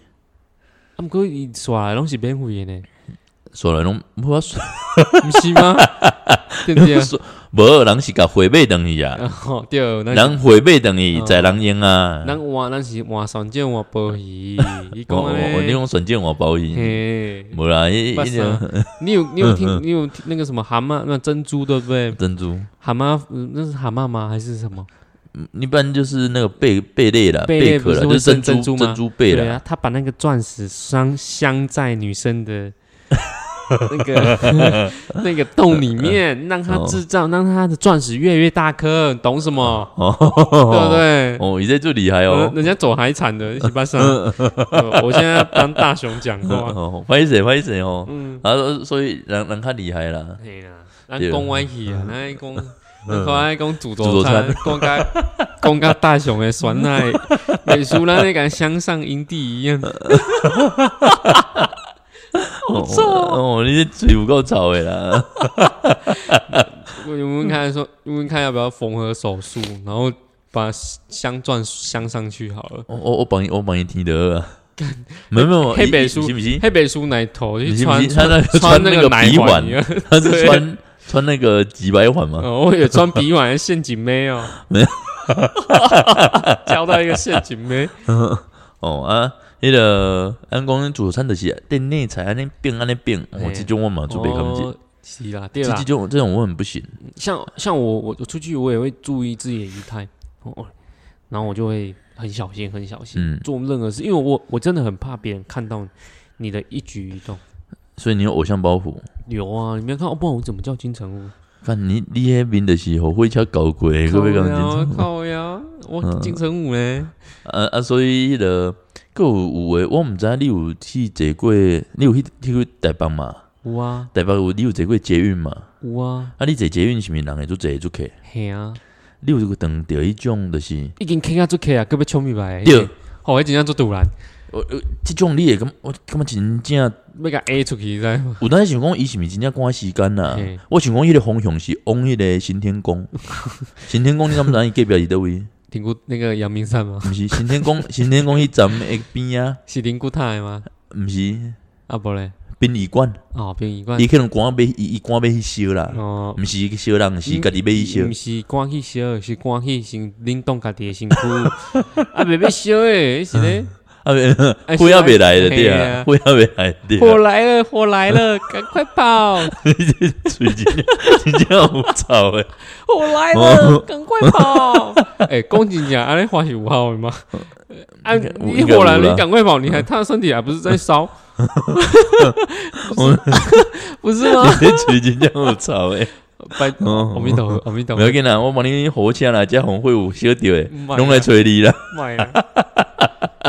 Speaker 2: 啊，毋过伊刷来拢是免费的呢，
Speaker 1: 所来拢无啊，所？
Speaker 2: 毋是吗？对不对
Speaker 1: 无人是甲回买等去啊，
Speaker 2: 哦，对，咱
Speaker 1: 人回买等去
Speaker 2: 哦
Speaker 1: 在人用啊。
Speaker 2: 咱换咱是换船只换 鲍鱼，伊
Speaker 1: 我
Speaker 2: 讲
Speaker 1: 我我
Speaker 2: 安
Speaker 1: 哦你
Speaker 2: 尼，
Speaker 1: 讲神剑我包伊，
Speaker 2: 嘿。
Speaker 1: 无啦，迄
Speaker 2: 巴
Speaker 1: 迄个
Speaker 2: 萨，啊你有你有
Speaker 1: 嗯
Speaker 2: 听你有听那个什么蛤蟆那珍珠对不对？
Speaker 1: 珍珠，
Speaker 2: 蛤蟆嗯那是蛤蟆吗？还是什么？
Speaker 1: 嗯一般就是那个贝贝类啦，
Speaker 2: 贝
Speaker 1: 贝
Speaker 2: 类
Speaker 1: 壳啦，
Speaker 2: 不是
Speaker 1: 就
Speaker 2: 会
Speaker 1: 是珍
Speaker 2: 生珍
Speaker 1: 珠
Speaker 2: 珠吗
Speaker 1: 珍珠贝啦。
Speaker 2: 啊，他把那个钻石镶镶在女 生的那个那个洞里面，让她制
Speaker 1: 哦
Speaker 2: 造，让她的钻石越来越大颗，你懂什么？对 不
Speaker 1: 哦，
Speaker 2: 对？
Speaker 1: 哦，嗯你这最厉 害
Speaker 2: 人
Speaker 1: 哦。
Speaker 2: 人家走海产的，西巴上，呃我现在帮大雄讲话。
Speaker 1: 哦，拍谁拍谁哦，
Speaker 2: 嗯，
Speaker 1: 啊，所所以人人较厉害啦。
Speaker 2: 嘿啦，咱讲歪 去啊，咱讲，咱讲爱讲
Speaker 1: 嗯
Speaker 2: 自
Speaker 1: 自
Speaker 2: 助
Speaker 1: 助
Speaker 2: 餐
Speaker 1: 餐，
Speaker 2: 讲甲 讲甲大雄的酸奶，美术咱那个乡上营地一样，
Speaker 1: 哦，哦，你这嘴不够吵的 啦。
Speaker 2: 我问问看说，问问看要不要缝合手术，然后把镶钻镶上去好了。
Speaker 1: 我我我帮你我帮你听得啊。没有没有，
Speaker 2: 黑北
Speaker 1: 你
Speaker 2: 书
Speaker 1: 行不行？
Speaker 2: 黑北叔奶头
Speaker 1: 你
Speaker 2: 去
Speaker 1: 信不
Speaker 2: 穿
Speaker 1: 信他那个
Speaker 2: 穿
Speaker 1: 穿
Speaker 2: 那
Speaker 1: 那
Speaker 2: 个
Speaker 1: 个
Speaker 2: 奶
Speaker 1: 鼻
Speaker 2: 环
Speaker 1: 环
Speaker 2: 一样，
Speaker 1: 他是
Speaker 2: 对
Speaker 1: 穿穿那个几百环吗？
Speaker 2: 哦，我也穿鼻环陷阱 妹 哦，
Speaker 1: 没有，
Speaker 2: 交到一个陷阱妹，
Speaker 1: 哦啊，迄个俺讲自助餐就是啊店内菜安尼变安尼变，
Speaker 2: 哎
Speaker 1: 我这 种我嘛做袂感觉，
Speaker 2: 哦是啦，对
Speaker 1: 这
Speaker 2: 啦
Speaker 1: 这，种这种我很不行。
Speaker 2: 像像我我我出去我也会注意自己的仪态，哦，然后我就会很小心很小心、
Speaker 1: 嗯，
Speaker 2: 做任何事，因为我我真的很怕别人看到你的一举一动。
Speaker 1: 所以你有偶像包袱。
Speaker 2: 有啊，你没有看哦，不然我怎么叫金城武？
Speaker 1: 看你你迄面就是后悔车搞过的，可不可以讲清楚？
Speaker 2: 靠呀，
Speaker 1: 嗯
Speaker 2: 我金城武呢？
Speaker 1: 啊啊，所以迄、个个有有诶，我毋知你有去坐过，你有去去过台北嘛？
Speaker 2: 有啊
Speaker 1: 台北有你有坐过捷运嘛？
Speaker 2: 有啊，
Speaker 1: 啊，你坐捷运是毋是人会做坐做客？
Speaker 2: 嘿啊，
Speaker 1: 你有一当着迄种就是，
Speaker 2: 已经开啊做客啊，搁要冲米白。
Speaker 1: 对，
Speaker 2: 哦，迄真正做突然，
Speaker 1: 即种你会感，我感觉真正
Speaker 2: 要甲 A 出去，你知吗？
Speaker 1: 有当时想讲伊是毋是真正赶时间啦、
Speaker 2: 嘿
Speaker 1: 我想讲迄个方向是往迄个新天 宫，新天宫你敢毋知伊隔壁伫倒位？
Speaker 2: 听过那个阳明山吗？
Speaker 1: 毋是新天 宫，新天宫迄站诶边啊，
Speaker 2: 是灵谷塔的吗？
Speaker 1: 毋是
Speaker 2: 啊不嘞，
Speaker 1: 殡仪馆，
Speaker 2: 哦，殡仪馆
Speaker 1: 伊可能赶要伊伊赶要去烧啦，
Speaker 2: 哦，
Speaker 1: 毋是去烧人，是家己要去烧
Speaker 2: 毋。是赶去烧，是赶去先冷冻家己的 身躯，啊，袂要烧诶，是咧，
Speaker 1: 啊，
Speaker 2: 哎
Speaker 1: 火要袂来的
Speaker 2: 是
Speaker 1: 对
Speaker 2: 啊嘿
Speaker 1: 啊，
Speaker 2: 啊
Speaker 1: 火要袂来的对
Speaker 2: 火
Speaker 1: 啊，
Speaker 2: 来了，火来 了，赶快跑，
Speaker 1: 所以真正真正有臭 诶。
Speaker 2: 火来
Speaker 1: 哦
Speaker 2: 了，赶快跑！ 哎，讲真正安尼话是有效的吗？啊，
Speaker 1: 该
Speaker 2: 你
Speaker 1: 应该有
Speaker 2: 火来了，
Speaker 1: 啦
Speaker 2: 你赶快跑，你还他的身体还不是在 烧？不是不是吗？
Speaker 1: 所以真正有臭 诶。
Speaker 2: 拜，
Speaker 1: 哦
Speaker 2: 阿弥陀佛，阿弥陀
Speaker 1: 不要
Speaker 2: 佛，
Speaker 1: 紧啦，我帮你火车啦，加红会有烧着诶，
Speaker 2: 不要
Speaker 1: 拢来找你啦。
Speaker 2: 买啊！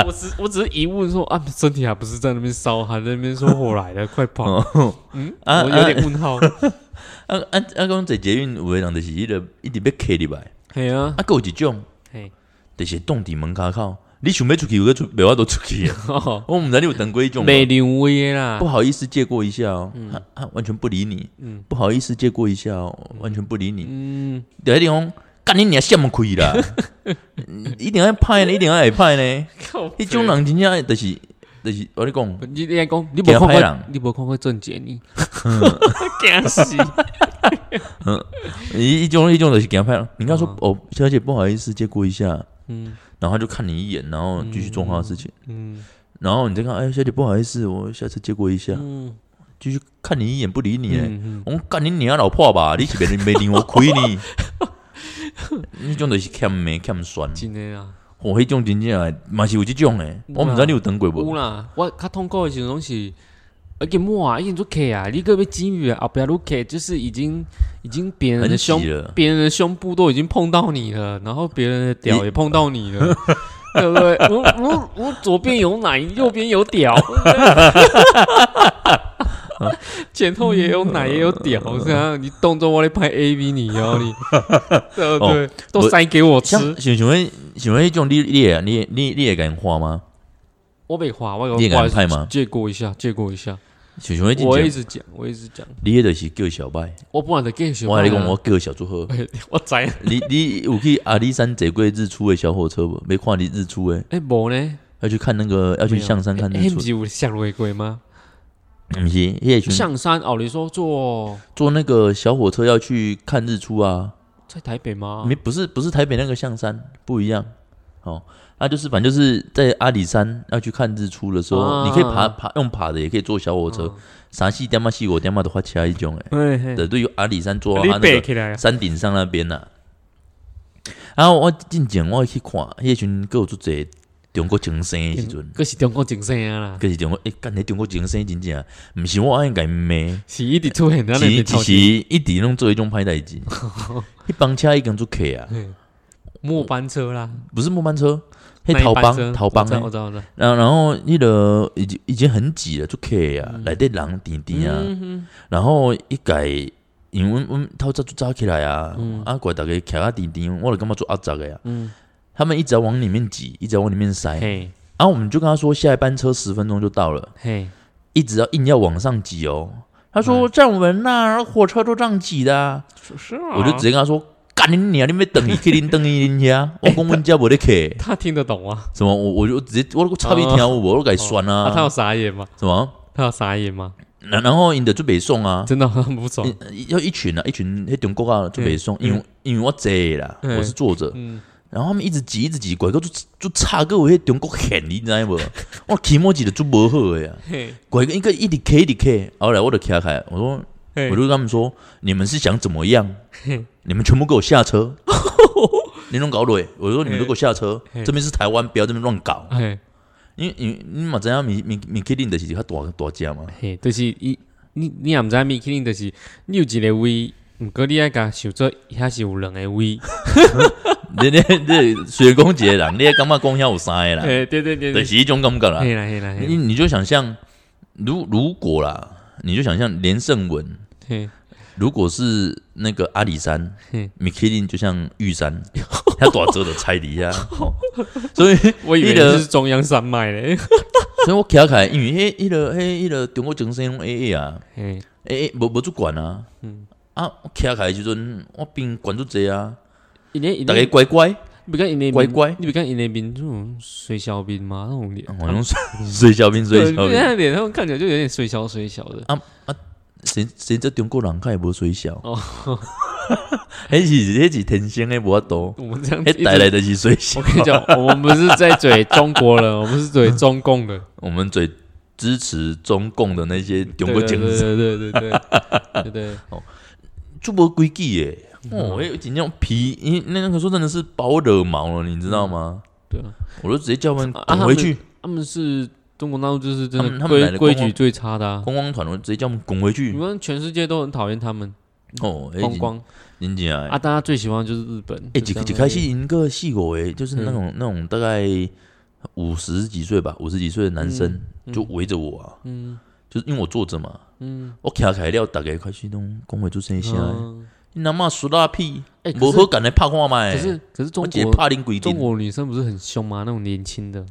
Speaker 2: 我只我只是疑问说啊，身体还不是在那边烧，还在那边说火来了，快跑！嗯，
Speaker 1: 啊
Speaker 2: 我有点问号。
Speaker 1: 啊啊啊！讲坐捷运有诶人就是迄个一直要客入来，
Speaker 2: 嘿啊，
Speaker 1: 啊，还有一种
Speaker 2: 嘿，
Speaker 1: 就是冻伫门骹口，你想要出去，有个出袂法都出去 啊。
Speaker 2: 哦，
Speaker 1: 我毋知你有等过迄种无，
Speaker 2: 没灵威的啦
Speaker 1: 不，好意思借过一下哦，啊啊，完全不理你，
Speaker 2: 嗯
Speaker 1: 不好意思借过一下哦，完全不理你。
Speaker 2: 嗯，
Speaker 1: 对，你讲，干你娘羡慕亏啦！一定爱派呢，一定爱派呢。
Speaker 2: 靠北，
Speaker 1: 迄种人真正就是就是，我跟你讲，
Speaker 2: 你你讲，你无看
Speaker 1: 怕歹
Speaker 2: 过
Speaker 1: 人，嗯
Speaker 2: 你无看过郑杰 呢？ 惊死！
Speaker 1: 一种一种就是给他派。你跟他说哦，小姐不好意思借过一下，
Speaker 2: 嗯
Speaker 1: 然后他就看你一眼，然后继续做他的事情。
Speaker 2: 嗯
Speaker 1: 然后你再看，哎，小姐不好意思，我下次借过一下，
Speaker 2: 嗯
Speaker 1: 继续看你一眼不理你呢。
Speaker 2: 嗯，
Speaker 1: 我讲干你娘老破吧，你是别人没领我亏呢。迄种就是欠美欠酸，
Speaker 2: 真的啊，
Speaker 1: 我迄种真正的嘛是有即种诶，
Speaker 2: 有
Speaker 1: 我
Speaker 2: 啦
Speaker 1: 毋知你有等过
Speaker 2: 有
Speaker 1: 无？
Speaker 2: 啦，我较痛苦的时候拢是。已经满啊，已经做客啊！你个要金鱼啊，后壁撸客就是已经已经别人
Speaker 1: 很
Speaker 2: 的胸
Speaker 1: 急了。
Speaker 2: 别人的胸部都已经碰到你了，然后别人的屌也碰到你 了，对不对？我我我左边有奶，右边 有屌，前后也有奶也有屌，这样你动作我来拍 A V 你 哦，你对不对？都塞给我
Speaker 1: 哦像
Speaker 2: 吃，
Speaker 1: 想想问想问迄种你你会你你你会敢花吗？
Speaker 2: 我被划，我有
Speaker 1: 你也敢
Speaker 2: 划
Speaker 1: 拍吗？
Speaker 2: 借过一下，借过一下，
Speaker 1: 想想迄
Speaker 2: 我
Speaker 1: 种，
Speaker 2: 一直讲，我一直讲，
Speaker 1: 你迄就是叫小白，
Speaker 2: 我不然的 gay 学，
Speaker 1: 我跟你讲我叫小做好。
Speaker 2: 哎， 我知，哎
Speaker 1: 你你有去阿里山坐过日出的小火车无？没看你日出诶，
Speaker 2: 无哎呢，
Speaker 1: 要去看那个要去象山看
Speaker 2: 哎
Speaker 1: 日
Speaker 2: 不
Speaker 1: 出，
Speaker 2: 是有下落鬼吗？
Speaker 1: 毋是？迄个时阵
Speaker 2: 象山哦，你说做
Speaker 1: 坐那个小火车要去看日出啊？
Speaker 2: 在台北吗？
Speaker 1: 没不是不是台北那个象山不一样哦，那、就是反正就是在阿里山要去看日出的时候，
Speaker 2: 啊哦
Speaker 1: 你可以爬爬用爬的，也可以坐小火车，啥戏点嘛戏我点啊嘛的话，其他一种哎，
Speaker 2: 嘿嘿
Speaker 1: 对，对于阿里山坐到
Speaker 2: 你
Speaker 1: 它那
Speaker 2: 背
Speaker 1: 个
Speaker 2: 起来啊，
Speaker 1: 山顶上那边呐、啊。然后我进前我去看，迄阵还有做者中国精神的时阵，
Speaker 2: 这是中国精神啊啦，
Speaker 1: 可是中国诶，欸干、那中国精神真正，毋是我爱甲因骂。
Speaker 2: 是一直出现在
Speaker 1: 是
Speaker 2: 那
Speaker 1: 只是一直拢做迄种歹代 志，迄帮车已经做客啊，
Speaker 2: 嗯末班车啦，
Speaker 1: 不是末班车，迄
Speaker 2: 那
Speaker 1: 逃
Speaker 2: 一班
Speaker 1: 帮
Speaker 2: 车
Speaker 1: 逃帮
Speaker 2: 我知
Speaker 1: 的
Speaker 2: 道，我知道，我知道
Speaker 1: 然后然后迄个已经已经很挤了，做客啊，内底人甜甜啊，
Speaker 2: 嗯
Speaker 1: 然后一改，因为阮阮透早就早起来啊，啊怪逐个徛啊甜甜，我就感觉做阿杂个呀，
Speaker 2: 嗯，
Speaker 1: 他们一直在往里面挤，一直在往里面塞，然
Speaker 2: 嘿
Speaker 1: 后我们就跟他说下一班车十分钟就到了，
Speaker 2: 嘿，
Speaker 1: 一直要硬要往上挤哦，他
Speaker 2: 嗯
Speaker 1: 说站稳呐，火车都这样挤的啊。
Speaker 2: 是啊
Speaker 1: 我就直接跟他说：“干你娘！你们等你去恁等伊恁 遐，我公阮家无得客，
Speaker 2: 他听得懂啊，
Speaker 1: 什么？我我就直接我都差点听有无，我都改酸
Speaker 2: 啊他有
Speaker 1: 啊，
Speaker 2: 傻眼吗？
Speaker 1: 什么？
Speaker 2: 他有傻眼吗？
Speaker 1: 然然后因的就北送啊，
Speaker 2: 真的很不爽，
Speaker 1: 要一群啊，一群迄中国啊就北送，因为因为我坐的啦，
Speaker 2: 嗯
Speaker 1: 我是坐着，
Speaker 2: 嗯，
Speaker 1: 然后他们一直挤一直挤，拐个就就差个有迄中国狠，你知无？我起莫几的做不好的呀，
Speaker 2: 嘿，
Speaker 1: 拐一个一直 K 一直 K，后来我就卡开，我说
Speaker 2: 嘿
Speaker 1: 我就跟他们说，你们是想怎么样？你们全部给我下车！你弄搞鬼！我说你们都给我下车，
Speaker 2: 嘿
Speaker 1: 这边是台湾，不要这边乱搞。
Speaker 2: 嘿，
Speaker 1: 因为你你嘛知影米米米其林就是较大大只嘛，
Speaker 2: 嘿，就是伊，你你也毋知米其林，就是你有一个位，毋过你爱甲想做，遐是有两个位。
Speaker 1: 你你你水工一个人，你也感觉讲遐有三个啦，
Speaker 2: 嘿，对对对
Speaker 1: 啊就
Speaker 2: 对，
Speaker 1: 是一种感觉啦。
Speaker 2: 嘿啦嘿啦嘿
Speaker 1: 你
Speaker 2: 啦，
Speaker 1: 你就想象，如如果啦，你就想象连胜文，
Speaker 2: 嘿，
Speaker 1: 如果是那个阿里山
Speaker 2: 嘿，
Speaker 1: 米其林就像玉 山，他大折的彩礼啊，所以
Speaker 2: 我以为
Speaker 1: 你的
Speaker 2: 这是中央山 脉咧。
Speaker 1: 所以我徛起来，因为迄、迄落、迄、迄落中国精神拢 A A 啊
Speaker 2: 嘿，
Speaker 1: ，A A 无无主管啊。
Speaker 2: 嗯
Speaker 1: 啊，我徛起来的时阵，我并管足济啊，
Speaker 2: 因为因
Speaker 1: 大家
Speaker 2: 为
Speaker 1: 乖乖，哦
Speaker 2: 不讲因为
Speaker 1: 乖乖
Speaker 2: 你不讲因为民众水小兵吗？那种脸，
Speaker 1: 我用 水小兵水小
Speaker 2: 对
Speaker 1: 兵
Speaker 2: 那。脸他们看起来就有点水小水小的。
Speaker 1: 谁谁这中国人看也无水小，
Speaker 2: 哦，
Speaker 1: 迄是迄是天生的无法度，
Speaker 2: 我们这样子一
Speaker 1: 迄
Speaker 2: 直
Speaker 1: 哎带来的是水小
Speaker 2: 我。跟你讲，我们不是在嘴中国人，我们是嘴中共的。
Speaker 1: 我们最支持中共的那些中国精神，
Speaker 2: 对对对对对对 对对，
Speaker 1: 就无规矩耶。
Speaker 2: 嗯
Speaker 1: 哦，哎，真正皮，因为那个说真的是把我惹毛了，你知道吗？
Speaker 2: 对啊，
Speaker 1: 我就直接叫他们
Speaker 2: 啊
Speaker 1: 滚回去。
Speaker 2: 他们是中国大陆就是真
Speaker 1: 他们
Speaker 2: 的
Speaker 1: 他们来
Speaker 2: 规
Speaker 1: 的
Speaker 2: 规
Speaker 1: 观光
Speaker 2: 矩最差的啊。
Speaker 1: 观光团，我直接叫他们滚回
Speaker 2: 你
Speaker 1: 去。
Speaker 2: 们全世界都很讨厌他们
Speaker 1: 哦，哎
Speaker 2: 观，嗯光
Speaker 1: 真正哎，
Speaker 2: 啊，大家最喜欢的就是日本。
Speaker 1: 哎，
Speaker 2: 就
Speaker 1: 一
Speaker 2: 这样嗯
Speaker 1: 一开始
Speaker 2: 而已
Speaker 1: 一个四五个，就是那种那种大概五十几岁吧，五十几岁的男生就围着我啊，
Speaker 2: 嗯
Speaker 1: 就是因为我坐着嘛，
Speaker 2: 嗯，
Speaker 1: 我徛起来了，大概快去弄讲话做生意啊，
Speaker 2: 嗯
Speaker 1: 你他妈输大屁，
Speaker 2: 哎，
Speaker 1: 无
Speaker 2: 可
Speaker 1: 好
Speaker 2: 是
Speaker 1: 敢来拍看麦，
Speaker 2: 可是可是中
Speaker 1: 我姐
Speaker 2: 国
Speaker 1: 怕恁鬼
Speaker 2: 中
Speaker 1: 定，
Speaker 2: 国女生不是很凶吗？那种年轻的，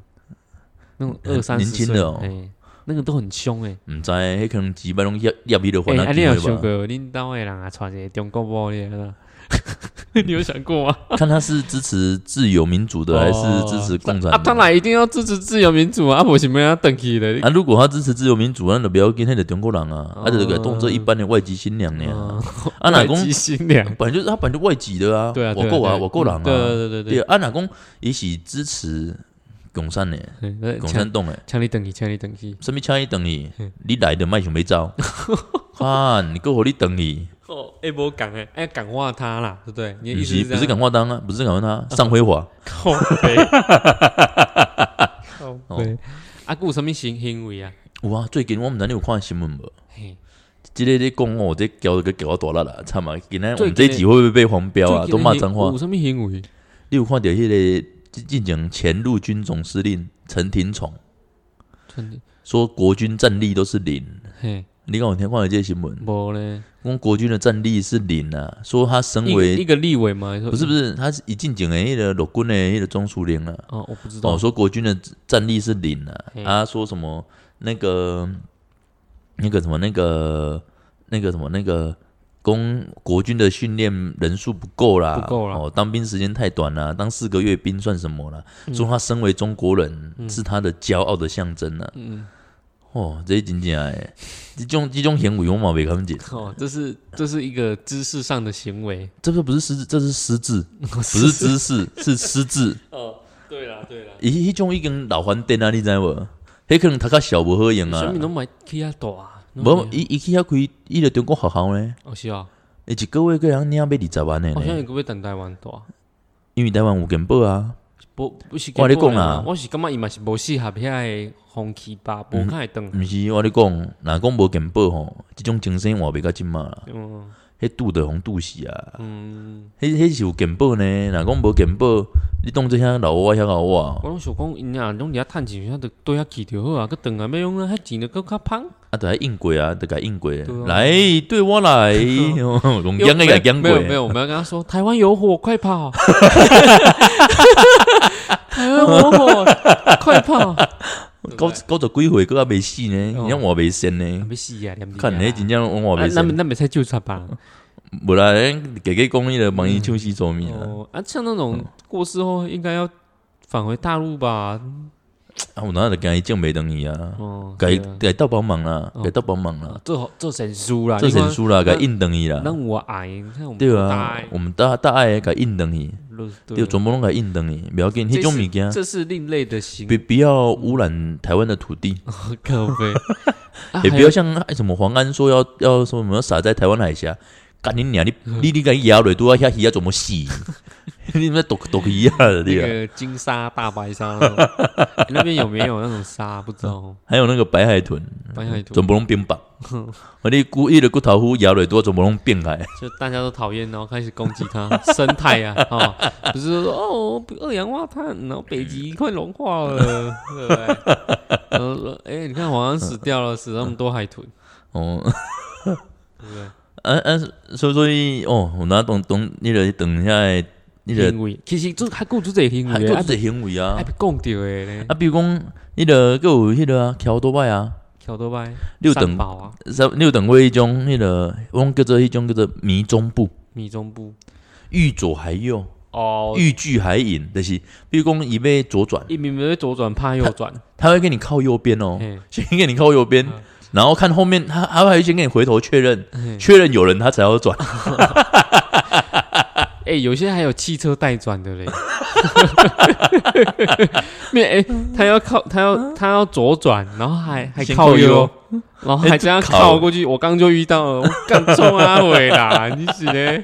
Speaker 2: 那种
Speaker 1: 很
Speaker 2: 二三十
Speaker 1: 年轻
Speaker 2: 岁
Speaker 1: 的哦
Speaker 2: 哎，那个都很凶哎。
Speaker 1: 唔知迄可能几百拢压压伊的还
Speaker 2: 哎、啊，
Speaker 1: 他
Speaker 2: 你有
Speaker 1: 机
Speaker 2: 想
Speaker 1: 会吧？
Speaker 2: 过，恁单位人啊，穿一个中国帽咧？啊 你有想过吗？
Speaker 1: 看他是支持自由民主的还是
Speaker 2: 哦
Speaker 1: 支持共产
Speaker 2: 啊，
Speaker 1: 的
Speaker 2: 当。然一定要支持自由民主啊！啊，我什么要等去的？
Speaker 1: 啊，如果他支持自由民主，那就不要跟那个中国人啊，
Speaker 2: 哦
Speaker 1: 啊，就是给动辄一般的外籍新娘呢。
Speaker 2: 嗯
Speaker 1: 啊，哪公
Speaker 2: 外籍 新娘？
Speaker 1: 本来就是他本来就外籍的啊，
Speaker 2: 对啊，
Speaker 1: 我
Speaker 2: 对
Speaker 1: 够啊，
Speaker 2: 对
Speaker 1: 我够人
Speaker 2: 对
Speaker 1: 啊，
Speaker 2: 对对
Speaker 1: 对
Speaker 2: 对
Speaker 1: 啊，啊，哪公也是支持共产的，
Speaker 2: 对对，
Speaker 1: 共
Speaker 2: 哎强
Speaker 1: 产党诶，
Speaker 2: 强力等去，强力等去。
Speaker 1: 什么枪伊等伊，你来的卖想要走， 啊，你够好你等伊，
Speaker 2: 哦，哎，我讲哎，哎，感化他啦，对不对？ 你的
Speaker 1: 不
Speaker 2: 意思
Speaker 1: 是不是
Speaker 2: 这样
Speaker 1: 感化当啊，不是感化他，上辉煌，
Speaker 2: 靠 背，靠
Speaker 1: 哦
Speaker 2: 背。啊，还有什么行行为啊？
Speaker 1: 有啊，最近我毋知你有看新闻无？
Speaker 2: 嘿，
Speaker 1: 即个咧讲哦，这交个交到大力啦，惨嘛！今天我
Speaker 2: 最
Speaker 1: 们
Speaker 2: 近
Speaker 1: 这一集会不会被黄标啊？
Speaker 2: 最近
Speaker 1: 都骂
Speaker 2: 的
Speaker 1: 脏话
Speaker 2: 有。什么行为？
Speaker 1: 你有看到迄、个进前前陆军总司令陈廷宠
Speaker 2: 真的，
Speaker 1: 说国军战力都是零？
Speaker 2: 嘿，
Speaker 1: 你敢有听看到这个新闻？
Speaker 2: 无咧。
Speaker 1: 讲国军的战力是零啊，说他身
Speaker 2: 一个一
Speaker 1: 为
Speaker 2: 个立委吗？
Speaker 1: 不是不
Speaker 2: 是
Speaker 1: 是，他是一进前的迄个陆军的迄个中苏联啊，
Speaker 2: 哦，我不知道
Speaker 1: 哦，。说国军的战力是零啊
Speaker 2: 嘿，
Speaker 1: 啊，说什么那个那个什么那个那个什么那个公国军的训练人数不够啦，
Speaker 2: 不够啦
Speaker 1: 哦，当兵时间太短啦，当四个月兵算什么啦？
Speaker 2: 嗯
Speaker 1: 说他身为中国人、是他的骄傲的象征啊，
Speaker 2: 嗯，
Speaker 1: 哦，这是真正诶，这种这种行为我嘛袂敢解，
Speaker 2: 哦，这是这是一个知识上的行为。
Speaker 1: 这个不是失智，这是失 智，不是知识，是失智。
Speaker 2: 哦，对啦对啦，
Speaker 1: 伊迄种已经老翻颠啊，你知无？迄可能读较小无好用啊
Speaker 2: 什
Speaker 1: 啦
Speaker 2: 么。拢买去遐大啊？
Speaker 1: 无，伊伊去遐开伊个中国学校呢，
Speaker 2: 哦是啊，
Speaker 1: 伊一个月个人领要二十万的
Speaker 2: 好像
Speaker 1: 呢，
Speaker 2: 哦有个要等台湾大。
Speaker 1: 因为台湾有健保啊，
Speaker 2: 不不是，
Speaker 1: 我跟你讲啦
Speaker 2: 我是感觉伊嘛是无适合遐个风气吧，
Speaker 1: 嗯
Speaker 2: 无较会等。
Speaker 1: 毋是我咧讲，若讲无健保吼，即种精神活袂到即嘛啦，
Speaker 2: 嗯
Speaker 1: 迄拄着互拄死啊，
Speaker 2: 嗯，
Speaker 1: 迄迄是有健保呢，若讲无健保，你当做遐老外遐老外
Speaker 2: 我，拢想讲，因啊拢伫遐趁钱，遐着对遐去就好啊，佮等啊要用啊，遐钱着佫较芳。
Speaker 1: 啊，着爱应过啊，着甲应过，
Speaker 2: 啊
Speaker 1: 来对我来， 用讲个甲讲
Speaker 2: 没
Speaker 1: 过
Speaker 2: 有，没有，我们要跟他说， 台湾有火，快 跑！台湾有火，快跑！
Speaker 1: 九九十几岁佫较袂死呢，
Speaker 2: 哦
Speaker 1: 人活袂身
Speaker 2: 啊
Speaker 1: 呢，
Speaker 2: 要死啊！
Speaker 1: 看迄真正我活
Speaker 2: 啊
Speaker 1: 袂，
Speaker 2: 那么
Speaker 1: 身，
Speaker 2: 那没才救出吧？
Speaker 1: 无啦，咱家己讲迄个网伊唱死做面啦。
Speaker 2: 哦，啊，像那种过世后应该要返回大陆吧？
Speaker 1: 啊，有哪就惊伊种袂等伊啊，
Speaker 2: 哦，
Speaker 1: 该
Speaker 2: 对啊
Speaker 1: 该斗帮忙啦
Speaker 2: 哦，
Speaker 1: 该斗帮忙啦
Speaker 2: 啊，做好做神书啦，
Speaker 1: 做
Speaker 2: 你看
Speaker 1: 神书啦，
Speaker 2: 那
Speaker 1: 该印等伊啦
Speaker 2: 那，我矮，你看我们
Speaker 1: 对
Speaker 2: 多大
Speaker 1: 啊
Speaker 2: 矮，
Speaker 1: 我们大大爱该印等伊，
Speaker 2: 都是对啊
Speaker 1: 你全部拢个应当诶，不要紧，迄种物件，
Speaker 2: 这是另类的行
Speaker 1: 别不要污染台湾的土地，
Speaker 2: 靠背，啊
Speaker 1: 也不
Speaker 2: 还
Speaker 1: 要
Speaker 2: 有
Speaker 1: 像哎什么黄安说要要什么撒在台湾海峡，干你娘，你
Speaker 2: 嗯
Speaker 1: 你你敢压落都要遐鱼要啊怎么 死？你们毒毒鱼啊，
Speaker 2: 那
Speaker 1: 对啊。
Speaker 2: 个金沙、大白沙 那种，哎那边有没有那种沙？不知道。
Speaker 1: 还有那个白海豚，
Speaker 2: 白海豚
Speaker 1: 全部拢变 白，我你故意的骨头糊咬落多，全部拢变 海。
Speaker 2: 就大家都讨厌，然后开始攻击它 生态啊，哦，不是说哦二氧化碳，然后北极快融化 了，对不对？然后说，哎、你看好像死掉了，死那么多海豚，
Speaker 1: 哦，
Speaker 2: 对不对？
Speaker 1: 啊啊，所以所以哦，我那懂懂，你得等一下的，你得
Speaker 2: 行为其实这还够做这行
Speaker 1: 还
Speaker 2: 为，
Speaker 1: 够
Speaker 2: 啊
Speaker 1: 这行为啊
Speaker 2: 还。被讲到的呢，
Speaker 1: 啊，比如讲，迄个个有迄个啊，桥多摆啊，
Speaker 2: 桥多拜，
Speaker 1: 你有
Speaker 2: 三
Speaker 1: 等，
Speaker 2: 宝啊，
Speaker 1: 三你有等过迄种迄个，我们叫做迄种叫做迷踪步，
Speaker 2: 米中部
Speaker 1: 欲左还右，
Speaker 2: 哦，
Speaker 1: 欲拒还迎，就是比如讲，伊要左转，
Speaker 2: 一明明会左转怕右转，
Speaker 1: 他会给你靠右边 哦，
Speaker 2: 嘿
Speaker 1: 先给你靠右边
Speaker 2: 嗯，
Speaker 1: 然后看后面，他他会先给你回头确认，
Speaker 2: 嘿
Speaker 1: 确认有人他才要转，
Speaker 2: 哎、有些还有汽车带转的嘞。 面哎、他要靠，他要他要左转，然后还还
Speaker 1: 先
Speaker 2: 靠
Speaker 1: 靠
Speaker 2: 右
Speaker 1: 右，
Speaker 2: 然后还这样
Speaker 1: 靠
Speaker 2: 靠过去。我刚就遇到了，我干冲阿伟 啦！你是嘞？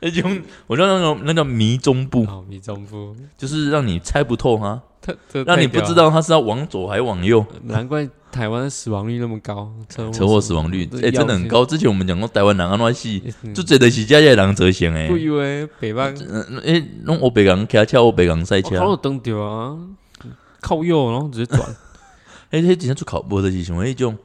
Speaker 1: 那种我叫那种那叫迷踪步，
Speaker 2: 哦，米中夫，
Speaker 1: 就是让你猜不透哈，
Speaker 2: 他这
Speaker 1: 让你
Speaker 2: 太屌
Speaker 1: 不
Speaker 2: 了
Speaker 1: 知，道他是要往左还往右。
Speaker 2: 难怪台湾死亡率那么高，车
Speaker 1: 车祸死亡率，哎、真的很。高。之前我们讲过台湾人安怎死，就
Speaker 2: 就
Speaker 1: 这的是家的人折险哎
Speaker 2: 不，以为北方，
Speaker 1: 嗯哎，弄欧北港开车，欧北港赛
Speaker 2: 我靠，
Speaker 1: 车
Speaker 2: 我，灯掉啊，靠右，然后直接转。
Speaker 1: 哎，这几天出考波的是什么？一种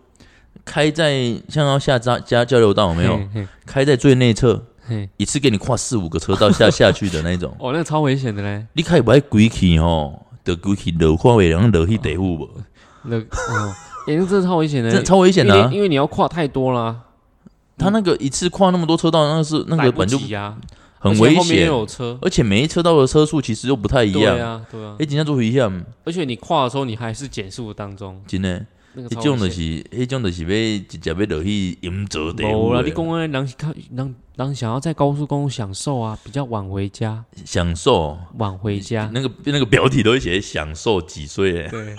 Speaker 1: 开在像要下交加交流道有没有
Speaker 2: 嘿？嘿
Speaker 1: 开在最内侧，
Speaker 2: 嘿，
Speaker 1: 一次给你跨四五个车道下下去的那种，
Speaker 2: 哦，那个超危险的嘞。
Speaker 1: 你开不爱鬼去吼，得鬼去落跨尾，然后落去地户无，
Speaker 2: 那哦，哎，那真的超危 险的，
Speaker 1: 这超危险的、
Speaker 2: 因
Speaker 1: 啊
Speaker 2: 为。因为你要跨太多啦，
Speaker 1: 他那个一次跨那么多车道，那个是那
Speaker 2: 来
Speaker 1: 个
Speaker 2: 不
Speaker 1: 本就
Speaker 2: 及啊，
Speaker 1: 很危
Speaker 2: 而且后面
Speaker 1: 险
Speaker 2: 又，有车，
Speaker 1: 而且每一车道的车速其实又不太一
Speaker 2: 对
Speaker 1: 样。
Speaker 2: 啊，对啊
Speaker 1: 哎，，今天做一下，
Speaker 2: 而且你跨的时候你还是减速当中，
Speaker 1: 真的。
Speaker 2: 那个
Speaker 1: 迄
Speaker 2: 超
Speaker 1: 种就
Speaker 2: 危
Speaker 1: 是，
Speaker 2: 险
Speaker 1: 迄种就是要直接要落去阴泽地
Speaker 2: 没
Speaker 1: 府
Speaker 2: 啦，
Speaker 1: 的
Speaker 2: 你讲安人看人人想要在高速公路享受啊，比较晚回家，
Speaker 1: 享受。
Speaker 2: 晚回家，
Speaker 1: 那个那个标题都会写享受几岁欸，
Speaker 2: 对，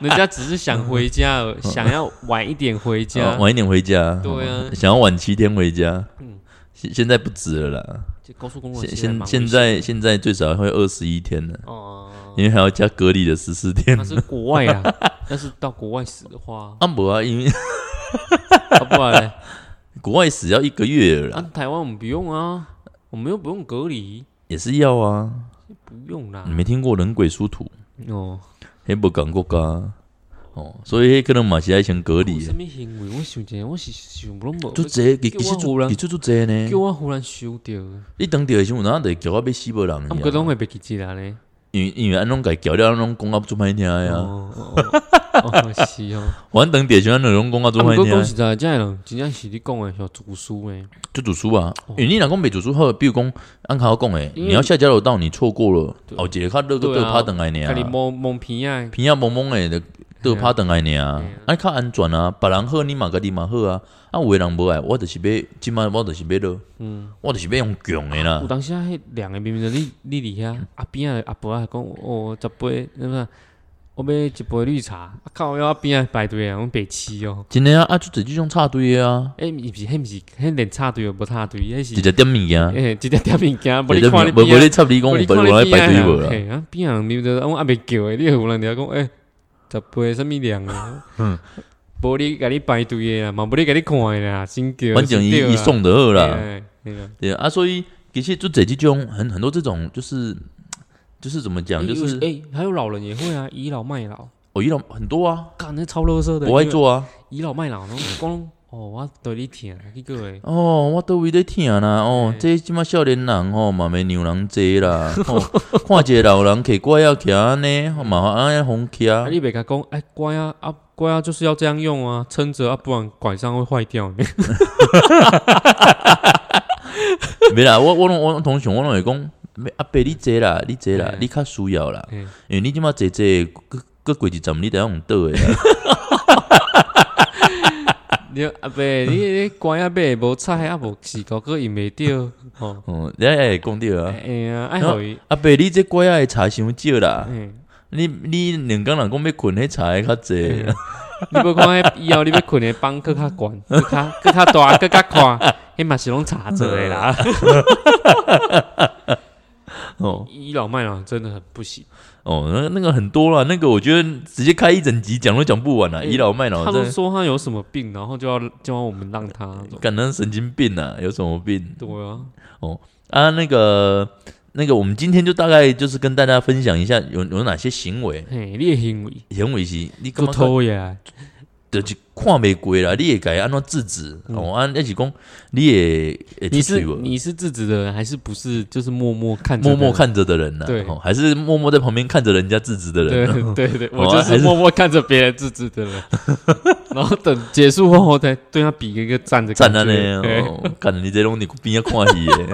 Speaker 2: 人家只是想回家而，想要晚一点回
Speaker 1: 啊
Speaker 2: 家，
Speaker 1: 嗯晚一点回家，
Speaker 2: 对啊
Speaker 1: 想要晚七天回家，
Speaker 2: 嗯
Speaker 1: 现现在不止了啦，
Speaker 2: 这高速公路
Speaker 1: 现
Speaker 2: 其实还
Speaker 1: 现
Speaker 2: 蛮
Speaker 1: 现
Speaker 2: 危险的
Speaker 1: 在现在最少会二十一天呢，
Speaker 2: 哦，
Speaker 1: 因为还要加隔离的十四天
Speaker 2: 他。是国 外啊，要是到国外死的话，
Speaker 1: 啊不啊，因为
Speaker 2: 啊不然嘞。
Speaker 1: 国外死要一个月了
Speaker 2: 啊
Speaker 1: 啦，，
Speaker 2: 台湾我们不用啊，我们又不用隔离，
Speaker 1: 也是要啊。
Speaker 2: 不用啦
Speaker 1: 你。没听过人鬼殊途，
Speaker 2: 哦，
Speaker 1: 黑不港国家哦，所以那可能嘛是爱先隔
Speaker 2: 我
Speaker 1: 离
Speaker 2: 什
Speaker 1: 的，
Speaker 2: 么行为？我想者，我是想不拢无，
Speaker 1: 就这其
Speaker 2: 哦叫
Speaker 1: 其实
Speaker 2: 我有
Speaker 1: 就
Speaker 2: 人
Speaker 1: 其实就这呢。
Speaker 2: 叫我忽然想到，啊，
Speaker 1: 你当着的时候，哪会叫我要死无人
Speaker 2: 毋过
Speaker 1: 呀？
Speaker 2: 拢会袂记起来咧。
Speaker 1: 因为因为安拢家叫了，安拢讲啊做歹听的呀。
Speaker 2: 哦哦哦，哦是哦。啊，
Speaker 1: 我当着时安拢讲啊做
Speaker 2: 毋
Speaker 1: 歹
Speaker 2: 过
Speaker 1: 听
Speaker 2: 讲
Speaker 1: 的，
Speaker 2: 实在，遮人真正是你讲诶，像读书诶，
Speaker 1: 就主书啊。因为你若讲没主书好，比如讲按卡讲诶，
Speaker 2: 因为
Speaker 1: 你要下交流道，你错过了，
Speaker 2: 对
Speaker 1: 后一个较热个
Speaker 2: 对啊
Speaker 1: 倒趴等来呢
Speaker 2: 家己。蒙蒙鼻啊，
Speaker 1: 偏啊懵懵诶，就倒趴等来呢
Speaker 2: 嘿啊。
Speaker 1: 啊，较安全啊，别人好你嘛家己嘛好啊。啊，有诶人无爱，我就是要，即摆我就是要落，
Speaker 2: 嗯，
Speaker 1: 我就是要用强诶啦
Speaker 2: 有。当时啊，迄两个明明就你你伫遐，啊边仔的阿伯啊讲，哦，十杯，那么我要一杯绿茶，啊靠，要边仔排队啊，阮白痴哦。
Speaker 1: 真诶啊，啊，就直接种插队的啊，
Speaker 2: 诶，毋是，迄毋是，迄连插队都无插队，迄
Speaker 1: 直
Speaker 2: 是
Speaker 1: 接点物件。
Speaker 2: 诶，直接点物件，无
Speaker 1: 直
Speaker 2: 你
Speaker 1: 接
Speaker 2: 看你
Speaker 1: 无无
Speaker 2: 边
Speaker 1: 你插你讲，
Speaker 2: 啊，
Speaker 1: 我
Speaker 2: 无你
Speaker 1: 本
Speaker 2: 看
Speaker 1: 来
Speaker 2: 你
Speaker 1: 排队
Speaker 2: 边
Speaker 1: 无
Speaker 2: 啊，
Speaker 1: 啦。
Speaker 2: 嘿啊，边啊，你着我阿袂叫诶，你有人着讲诶，十杯什物凉啊？无你甲你排队诶啦，嘛无你甲你看诶啦，先叫
Speaker 1: 反正
Speaker 2: 先
Speaker 1: 伊
Speaker 2: 叫
Speaker 1: 伊
Speaker 2: 啦，
Speaker 1: 送的好啦，
Speaker 2: 嘿啊嘿啊
Speaker 1: 对啊，所以其实就这几种很很多这种就是就是怎么讲，
Speaker 2: 诶
Speaker 1: 就
Speaker 2: 有
Speaker 1: 是
Speaker 2: 诶，还有老人也会啊，倚老卖老，
Speaker 1: 我遇到很多啊，
Speaker 2: 干那超啰嗦的，
Speaker 1: 我爱做啊，
Speaker 2: 倚老卖老，然后讲哦，我对你疼，迄个诶，
Speaker 1: 哦，我都为咧听啦，哦，这即马少年人吼嘛没牛人坐啦，哦，看一个老人骑拐要骑安尼，吼嘛安尼红骑
Speaker 2: 啊
Speaker 1: 啊，
Speaker 2: 你袂甲讲，哎乖啊啊乖啊，就是要这样用啊，撑着啊，不然拐杖会坏掉。
Speaker 1: 没啦，我我拢我拢通常我拢会讲，没阿伯你坐啦，你坐
Speaker 2: 哎
Speaker 1: 啦，你较需要啦，
Speaker 2: 嘿
Speaker 1: 因为你即马坐坐，搁搁过一站你得用倒的啦，
Speaker 2: 你阿伯，你你关阿伯无菜啊，无饲狗哥伊袂着吼。
Speaker 1: 嗯，你会讲着啊。
Speaker 2: 哎呀，爱互伊，
Speaker 1: 阿伯，你这啊乖仔的茶伤少啦。
Speaker 2: 嘿
Speaker 1: 你你两工人讲要困，迄茶会较济。
Speaker 2: 嗯你要看那以后你要困的帮更较悬，更较更较大，更较宽，迄嘛是拢查着的啦。
Speaker 1: 哦
Speaker 2: 倚老卖老真的很不行，
Speaker 1: 哦，那那个很多了，那个我觉得直接开一整集讲都讲不完了，
Speaker 2: 哎
Speaker 1: 倚老卖老
Speaker 2: 他都
Speaker 1: 真的，
Speaker 2: 说他有什么病，然后就要就要我们让他走。
Speaker 1: 感恩神经病啊，有什么病
Speaker 2: 对啊，
Speaker 1: 啊？那个那个，我们今天就大概就是跟大家分享一下有有哪些行为，
Speaker 2: 嘿，你的行为
Speaker 1: 行为是你干
Speaker 2: 做
Speaker 1: 嘛
Speaker 2: 偷呀，
Speaker 1: 就是看袂过啦，你会该安怎制止？
Speaker 2: 嗯
Speaker 1: 哦，安那是讲你会会
Speaker 2: 你
Speaker 1: 出
Speaker 2: 是
Speaker 1: 去无
Speaker 2: 你是制止的人，还是不是？就是默默看着
Speaker 1: 默
Speaker 2: 的人，
Speaker 1: 默看着的人呐、
Speaker 2: 对
Speaker 1: 哦，还是默默在旁边看着人家制止的人？
Speaker 2: 对对对，我
Speaker 1: 哦
Speaker 2: 就
Speaker 1: 还
Speaker 2: 是
Speaker 1: 是
Speaker 2: 默默看着别人制止的人，然后等结束后，我再对他比一个赞的
Speaker 1: 站
Speaker 2: 感觉
Speaker 1: 在那，
Speaker 2: 对
Speaker 1: 哦，看你这种你边要看戏耶。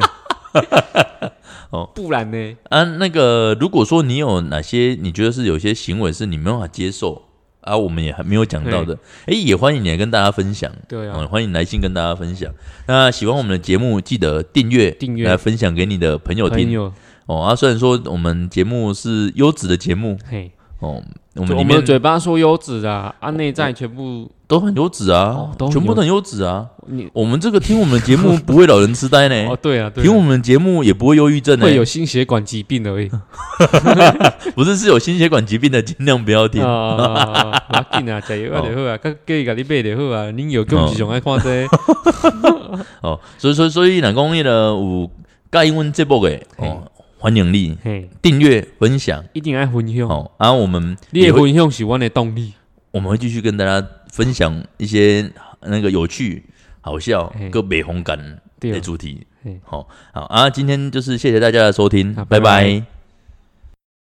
Speaker 2: 不然呢？
Speaker 1: 啊，那个，如果说你有哪些你觉得是有些行为是你没办法接受啊，我们也还没有讲到的，哎、也欢迎你来跟大家分享。
Speaker 2: 对
Speaker 1: 嗯，
Speaker 2: 啊，
Speaker 1: 欢迎来信跟大家分享。那喜欢我们的节目，记得订阅、
Speaker 2: 订阅
Speaker 1: 来分享给你的朋友
Speaker 2: 朋
Speaker 1: 听
Speaker 2: 友，
Speaker 1: 哦。啊，虽然说我们节目是优质的节目
Speaker 2: 嘿，
Speaker 1: 哦，我
Speaker 2: 就
Speaker 1: 们里
Speaker 2: 我们
Speaker 1: 面
Speaker 2: 的嘴巴说优质啊，啊，内在全部
Speaker 1: 都很优质啊
Speaker 2: 哦，都很
Speaker 1: 全部
Speaker 2: 优
Speaker 1: 都很优质啊。
Speaker 2: 你
Speaker 1: 我们这个听我们的节目不会老人痴呆呢
Speaker 2: 哦，，对啊，对
Speaker 1: 听我
Speaker 2: 啊，
Speaker 1: 们的节目也不会忧郁症呢，
Speaker 2: 会有心血管疾病而已
Speaker 1: 不是是有心血管疾病的尽量不要听。
Speaker 2: 啊，要紧啊，加油啊，
Speaker 1: 哦
Speaker 2: 就好啊，甲给甲你买就好啊，恁有更是上爱看这个，
Speaker 1: 哦，所以所以所以，若讲迄个有教英文节目诶，哦，欢迎你
Speaker 2: 嘿，
Speaker 1: 订阅分享
Speaker 2: 一定爱分享，
Speaker 1: 哦。啊，我们
Speaker 2: 你
Speaker 1: 也
Speaker 2: 的
Speaker 1: 会
Speaker 2: 分享是我的动力，
Speaker 1: 我们会继续跟大家分享一些那个有趣、好笑
Speaker 2: 嘿、
Speaker 1: 个美红感
Speaker 2: 对
Speaker 1: 的
Speaker 2: 啊，
Speaker 1: 主题哦
Speaker 2: 嘿。
Speaker 1: 哎好、好啊，今天就是谢谢大家的收听，
Speaker 2: 好
Speaker 1: 拜
Speaker 2: 拜拜
Speaker 1: 拜